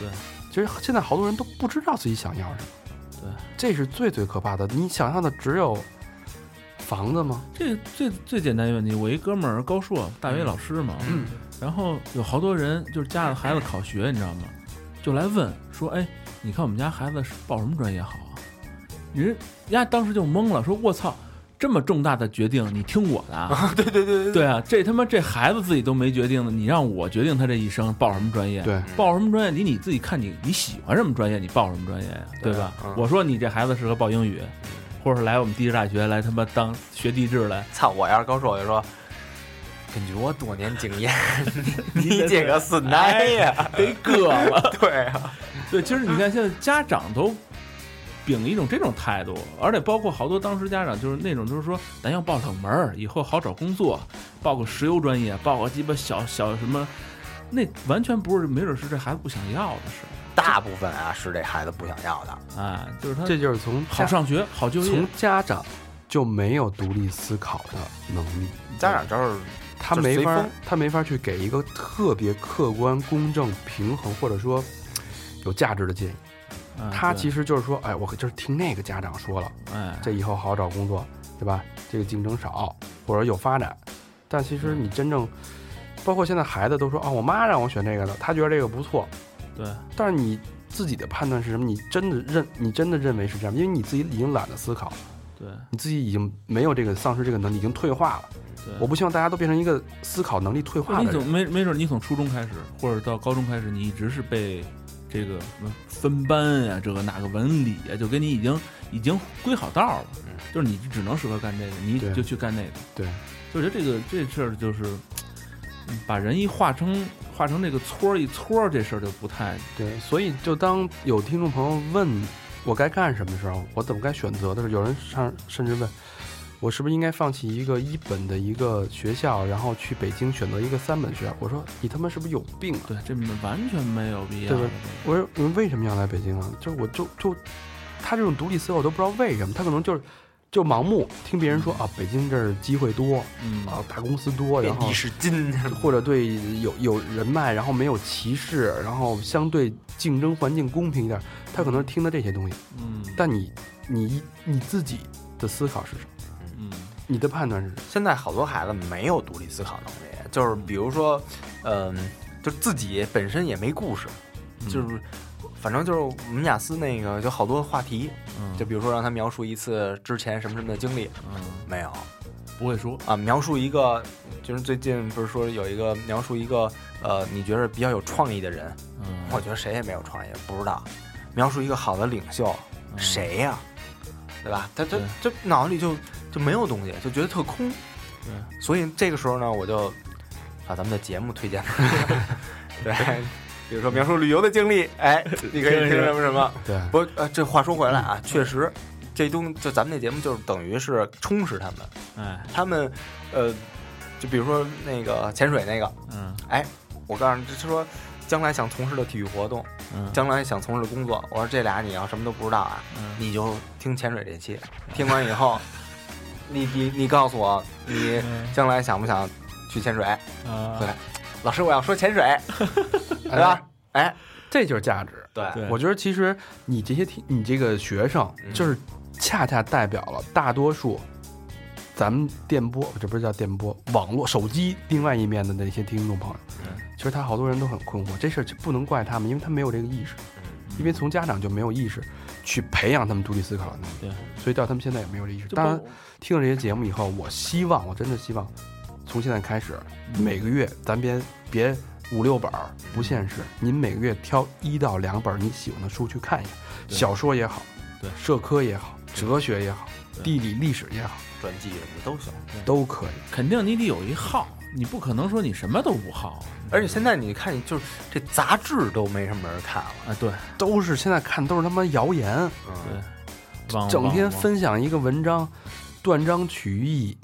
S4: 对，
S2: 其实现在好多人都不知道自己想要什么，
S4: 对，
S2: 这是最最可怕的。你想要的只有房子吗？
S4: 这最最简单一个问题，我一哥们儿高硕，大学老师嘛，
S3: 嗯
S4: 然后有好多人就是家里孩子考学，你知道吗？就来问说，哎，你看我们家孩子是报什么专业好啊？人人家当时就懵了，说我操，这么重大的决定，你听我的啊？对对对对对啊，这他妈这孩子自己都没决定呢，你让我决定他这一生报什么专业？
S2: 对，
S4: 报什么专业，你你自己看你你喜欢什么专业，你报什么专业呀，对吧？
S2: 啊
S4: 我说你这孩子适合报英语，或者是来我们地质大学来他妈当学地质来，
S3: 操！我要是高硕，我就说，根据我多年经
S2: (laughs)
S3: 验，你这个是
S2: 哎
S3: 奶呀！
S4: 得割了。 (laughs)
S3: 对啊，
S4: 对，其实你看现在家长都秉一种这种态度，而且包括好多当时家长就是那种就是说，咱要报冷门儿，以后好找工作，报个石油专业，报个鸡巴小小什么，那完全不是，没准是这孩子不想要的事儿
S3: 大部分啊是这孩子不想要的。
S4: 啊，就是他
S2: 这就是从
S4: 好
S2: 家
S4: 上学好就业
S2: 从，家长就没有独立思考的能力，
S3: 家长就是
S2: 他
S3: 就
S2: 没
S3: 随
S2: 法
S3: 风
S2: 他没法去给一个特别客观、公正、平衡或者说有价值的建议。
S4: 啊
S2: 他
S4: 对
S2: 其实就是说，哎，我就是听那个家长说了。
S4: 哎
S2: 这以后好找工作，对吧？这个竞争少，或者有发展。但其实你真正，包括现在孩子都说啊、我妈让我选这个的，她觉得这个不错。
S4: 对。
S2: 但是你自己的判断是什么？你真的认，你真的认为是这样，因为你自己已经懒得思考，
S4: 对
S2: 你自己已经没有这个丧失这个能力，已经退化了。
S4: 对，
S2: 我不希望大家都变成一个思考能力退化
S4: 你
S2: 的
S4: 从
S2: 人。
S4: 没没准你从初中开始，或者到高中开始，你一直是被这个什么分班呀、这个哪个文理啊，就跟你已经已经归好道了，就是你只能适合干这个，你
S2: 对
S4: 就去干那个。
S2: 对，
S4: 就我觉得这个这事儿就是嗯把人一化成化成这个撮儿一撮儿，这事儿就不太
S2: 对，所以就当有听众朋友问我该干什么的时候，我怎么该选择的时候，有人上甚至问我是不是应该放弃一个一本的一个学校，然后去北京选择一个三本学校？我说你他妈是不是有病啊？
S4: 对，这完全没有必要
S2: 对
S4: 的
S2: 吧。我说你们为什么要来北京啊？就是我就就他这种独立思考，我都不知道为什么，他可能就是就盲目听别人说啊，北京这儿机会多
S4: 嗯
S2: 啊，大公司多，然
S3: 遍
S2: 后
S3: 地是金，
S2: 或者对有有人脉，然后没有歧视，然后相对竞争环境公平一点，他可能听的这些东西，
S4: 嗯
S2: 但你你你自己的思考是什么？
S4: 嗯
S2: 你的判断是什么？
S3: 现在好多孩子没有独立思考能力，就是比如说，嗯、就自己本身也没故事，
S4: 嗯
S3: 就是反正就是我们雅思那个有好多话题，
S4: 嗯
S3: 就比如说让他描述一次之前什么什么的经历，
S4: 嗯
S3: 没有
S4: 不会说
S3: 啊，描述一个就是最近不是说有一个描述一个呃，你觉得比较有创意的人，
S4: 嗯
S3: 我觉得谁也没有创意，不知道，描述一个好的领袖，
S4: 嗯
S3: 谁呀、对吧？他他
S4: 对
S3: 这脑子里就就没有东西，就觉得特空。
S4: 对
S3: 所以这个时候呢，我就把咱们的节目推荐
S4: (laughs)
S3: 出来，对，比如说描述旅游的经历，
S4: (laughs)
S3: 哎，你可以听什么什么。
S2: 对，
S3: 不，呃，这话说回来啊，确实，这东就咱们这节目就是等于是充实他们，
S4: 哎
S3: 他们，呃，就比如说那个潜水那个，
S4: 嗯
S3: 我告诉你，他说将来想从事的体育活动，
S4: 嗯
S3: 将来想从事的工作，我说这俩你要什么都不知道啊，
S4: 嗯
S3: 你就听潜水这期，听完以 (laughs) 后，你你你告诉我，你将来想不想去潜水？
S4: 啊
S3: 回来老师，我要说潜 (laughs) 水，对吧？哎，
S2: 这就是价值。
S3: 对
S4: 对
S2: 我觉得其实你这些听你这个学生，
S3: 嗯
S2: 就是恰恰代表了大多数咱们电波，这不是叫电波，网络手机另外一面的那些听众朋友
S3: 嗯。
S2: 其实他好多人都很困惑，这事儿就不能怪他们，因为他没有这个意识，因为从家长就没有意识去培养他们独立思考的能力，
S4: 对，
S2: 所以到他们现在也没有这意识。
S4: 就
S2: 当然
S4: 包，
S2: 听了这些节目以后，我希望，我真的希望，从现在开始，
S4: 嗯
S2: 每个月咱别别五六本儿不现实，您每个月挑一到两本儿你喜欢的书去看一看，
S4: 对
S2: 小说也好，
S4: 对
S2: 社科也好，哲学也好，
S4: 对
S2: 地理历史也好，
S3: 传记什么的都行。
S2: 都可以。
S4: 肯定你得有一号，你不可能说你什么都不好
S3: 而且现在你看，就是这杂志都没什么人看了，
S4: 啊。对，
S2: 都是现在看都是他妈谣言，
S3: 嗯
S4: 对，网
S2: 整天
S4: 网网
S2: 分享一个文章，断章取义。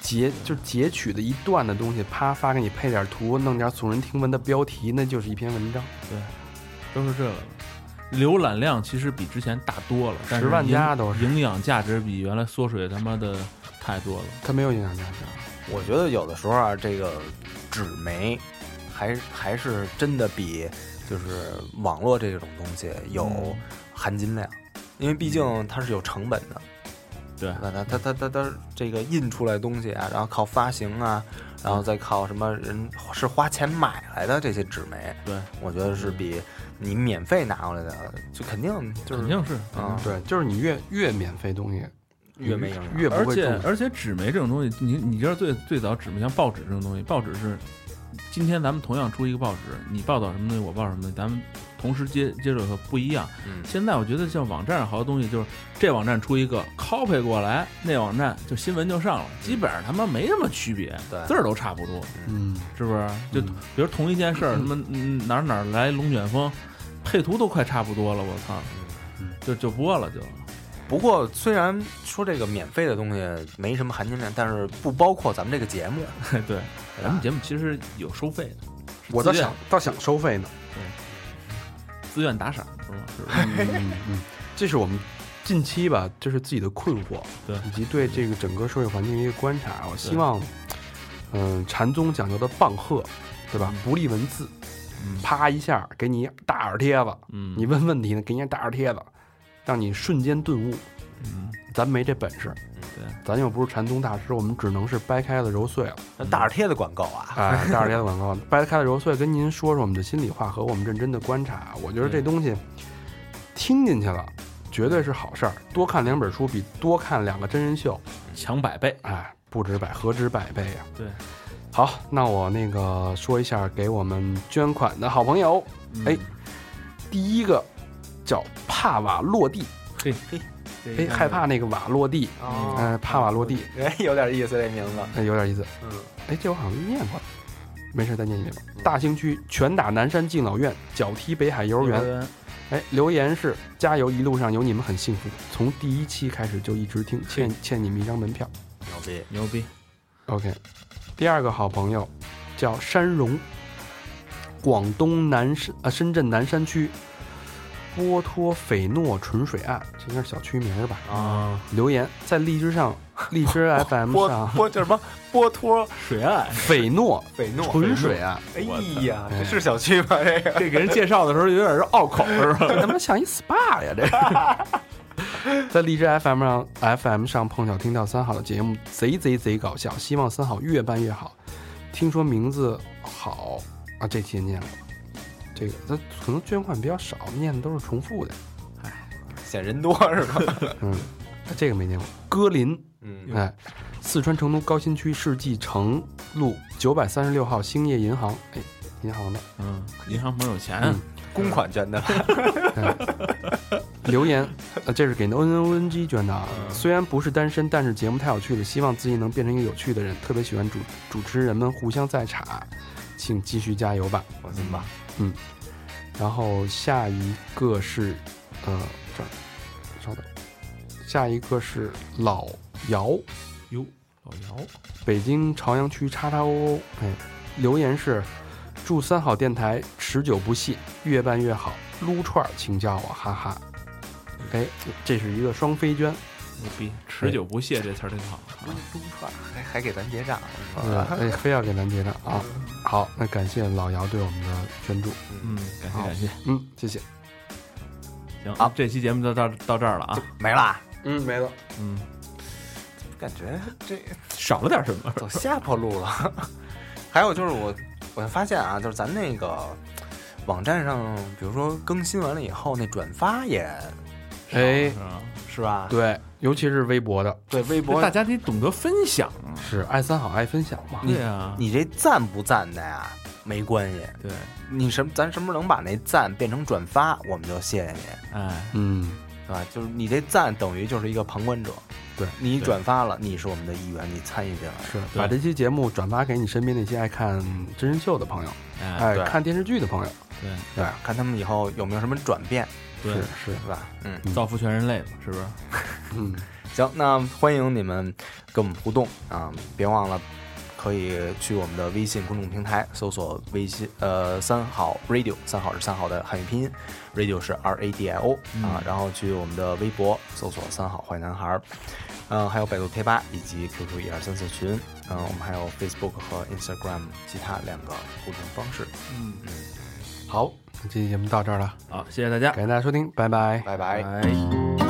S2: 截就是截取的一段的东西，啪发给你，配点图，弄点耸人听闻的标题，那就是一篇文章。
S4: 都是这个。浏览量其实比之前大多了，但是
S2: 10万
S4: 营
S2: 加都是
S4: 营养价值比原来缩水他妈的太多了。
S2: 它没有影响价值。
S3: 我觉得有的时候啊，这个纸媒还还是真的比就是网络这种东西有
S4: 嗯
S3: 含金量，因为毕竟它是有成本的。
S4: 对
S3: 那它它它它它这个印出来的东西啊，然后靠发行啊，然后再靠什么人是花钱买来的这些纸媒，
S4: 对，
S3: 我觉得是比你免费拿过来的，就肯定就
S4: 肯
S3: 是
S4: 定是，
S3: 啊，
S2: 对，就是你越越免费东西
S3: 越没营养。
S2: 越不
S4: 而
S2: 会
S4: 且
S2: 重视。
S4: 而且纸媒这种东西，你你知道最最早纸媒像报纸这种东西，报纸是今天咱们同样出一个报纸，你报道什么东西，我报道什么东西，咱们同时接接受和不一样。
S3: 嗯
S4: 现在我觉得像网站上好多东西，就是这网站出一个 copy 过来，那网站就新闻就上了，基本上他妈没什么区别，
S3: 对
S4: 字儿都差不多，
S2: 嗯，
S4: 是不是？就
S2: 嗯
S4: 比如同一件事儿，
S2: (laughs)
S4: 他妈嗯哪儿哪儿来龙卷风，配图都快差不多了，我操
S2: 嗯，
S4: 就就播了就。
S3: 不过，虽然说这个免费的东西没什么含金量，但是不包括咱们这个节目。
S4: (laughs)
S2: 嗯
S3: 啊
S4: 对，咱们节目其实有收费的，是
S2: 我倒
S4: 自愿
S2: 想倒想收费呢。
S4: 自愿打赏是吗？是吧？
S2: 嗯嗯，这是我们近期吧，这是自己的困惑，
S4: 对
S2: 以及对这个整个社会环境的一个观察。我希望，嗯，禅宗讲究的棒喝，对吧？不立文字，
S4: 嗯
S2: 啪一下给你大耳贴子，
S4: 嗯，
S2: 你问问题呢，给你大耳贴子，让你瞬间顿悟。
S4: 嗯
S2: 咱没这本事，
S4: 对，
S2: 咱又不是禅宗大师，我们只能是掰开了揉碎了。
S3: 那
S4: 嗯
S3: 大耳贴的管够
S2: (laughs)
S3: 啊，
S2: 啊，大耳贴的广告，掰开了揉碎，跟您说说我们的心里话和我们认真的观察。啊我觉得这东西听进去了，绝对是好事儿。多看两本书比多看两个真人秀，
S4: 强嗯百倍，
S2: 哎，不止百，何止百倍呀、
S4: 对，
S2: 好，那我那个说一下给我们捐款的好朋友，
S4: 嗯
S2: 哎第一个叫帕瓦落地，
S4: 嘿嘿，
S2: 哎，害怕那个瓦落地，
S3: 哦
S2: 哎，帕瓦落地，
S3: (laughs) 哎，有点意思这名字。
S2: 哎，有点意思。
S3: 嗯，
S2: 哎，这我好像念过，没事再念一遍吧。大兴区拳打南山敬老院，脚踢北海幼儿
S3: 嗯
S2: 园。
S4: 园，
S2: 哎，留言是加油，一路上有你们很幸福。从第一期开始就一直听，
S3: 嗯
S2: 欠欠你们一张门票。
S3: 牛逼。
S4: 牛逼，
S2: OK，第二个好朋友叫呃山荣，广东南深啊深圳南山区波托斐诺纯水岸，这应该是小区名儿吧？
S4: 嗯
S3: 啊，
S2: 留言在荔枝上，荔
S3: (laughs)
S2: 枝 FM
S3: 波
S2: 上，
S3: 波叫什么？波托水岸
S2: 斐诺
S3: 斐诺
S2: 纯水岸，
S3: 哎呀，这是小区吗？这个
S2: 这给人介绍的时候有点是拗口是 (laughs) 吧？他妈像一 SPA 呀，这是。 (laughs) 在荔枝 FM 上，FM 上碰巧听到三好的节目，贼贼贼搞笑，希望三好越办越好。听说名字好啊，这期也念了。这个他可能捐款比较少，念的都是重 (laughs) 复的。
S3: 显人多是 (laughs) 吧？
S2: 嗯，这个没念过。歌林，
S3: 嗯
S2: 哎，四川成都高新区世纪城路九百三十六号兴业银行，哎，银行的。
S4: 嗯，银行朋友有钱，
S2: 嗯
S3: 公款捐的，
S2: 留言，呃，这是给 N N O N G 捐的啊。虽然不是单身，但是节目太有趣了，希望自己能变成一个有趣的人。特别喜欢主主持人们互相在场，请继续加油吧。
S3: 放心吧。
S2: 然后下一个是，呃，这儿，稍等，下一个是老姚，
S4: 哟，老姚，
S2: 北京朝阳区叉叉 O O，哎，留言是祝三好电台持久不懈，越办越好。撸串儿请叫我，哈哈。哎，这是一个双飞捐。
S4: 牛逼，持久不懈这词儿真好啊！
S3: 撸串还还给咱结账，啊我跟你
S2: 嗯
S3: 说，
S2: 哎，非要给咱结账啊！好，那感谢老姚对我们的捐助，
S4: 嗯，感谢
S2: 好
S4: 感谢，
S2: 嗯，谢谢，
S4: 行
S3: 好，
S4: 这期节目就到到这儿了啊，
S3: 没啦。
S2: 嗯，没了，
S4: 嗯，
S3: 感觉 (laughs) 这
S4: 少了点什么？
S3: 走下坡路了。 (laughs) 还有就是我，我发现啊，就是咱那个网站上，比如说更新完了以后，那转发也
S2: 哎
S4: 是，吧？
S3: 是吧？
S2: 对，尤其是微博的，
S3: 对，微
S4: 那
S3: 博
S4: 大家得懂得分享啊，
S2: 是爱三好爱分享嘛，
S4: 对啊，
S3: 你这赞不赞的呀，没关系。
S4: 对，
S3: 你什么，咱什么时候能把那赞变成转发，我们就谢谢你，
S4: 哎，
S2: 嗯，
S3: 对吧？就是你这赞等于就是一个旁观者，
S2: 对
S3: 你
S4: 对
S3: 转发了，你是我们的一员，你参与进来了。
S2: 是
S4: 对
S2: 把这期节目转发给你身边那些爱看真人秀的朋友，
S4: 哎，
S2: 爱
S3: 对
S2: 看电视剧的朋友，
S4: 对，
S2: 对，
S3: 看他们以后有没有什么转变，
S4: 对
S2: 是，是，
S3: 对吧？嗯，
S4: 造福全人类嘛，是不是？
S2: 嗯，
S3: 行，那欢迎你们跟我们互动啊、别忘了可以去我们的微信公众平台搜索微信呃三好 radio，三好是三好的汉语拼音，radio 是 R A D I O 啊、然后去我们的微博搜索三好坏男孩儿。嗯，还有百度贴吧以及 QQ 一二三四群，嗯，我们还有 Facebook 和 Instagram 其他两个互动方式。
S2: 好，那这期节目到这儿了，
S4: 好，谢谢大家，哎
S2: 感谢大家收听，拜拜。
S3: 拜拜。
S4: 拜。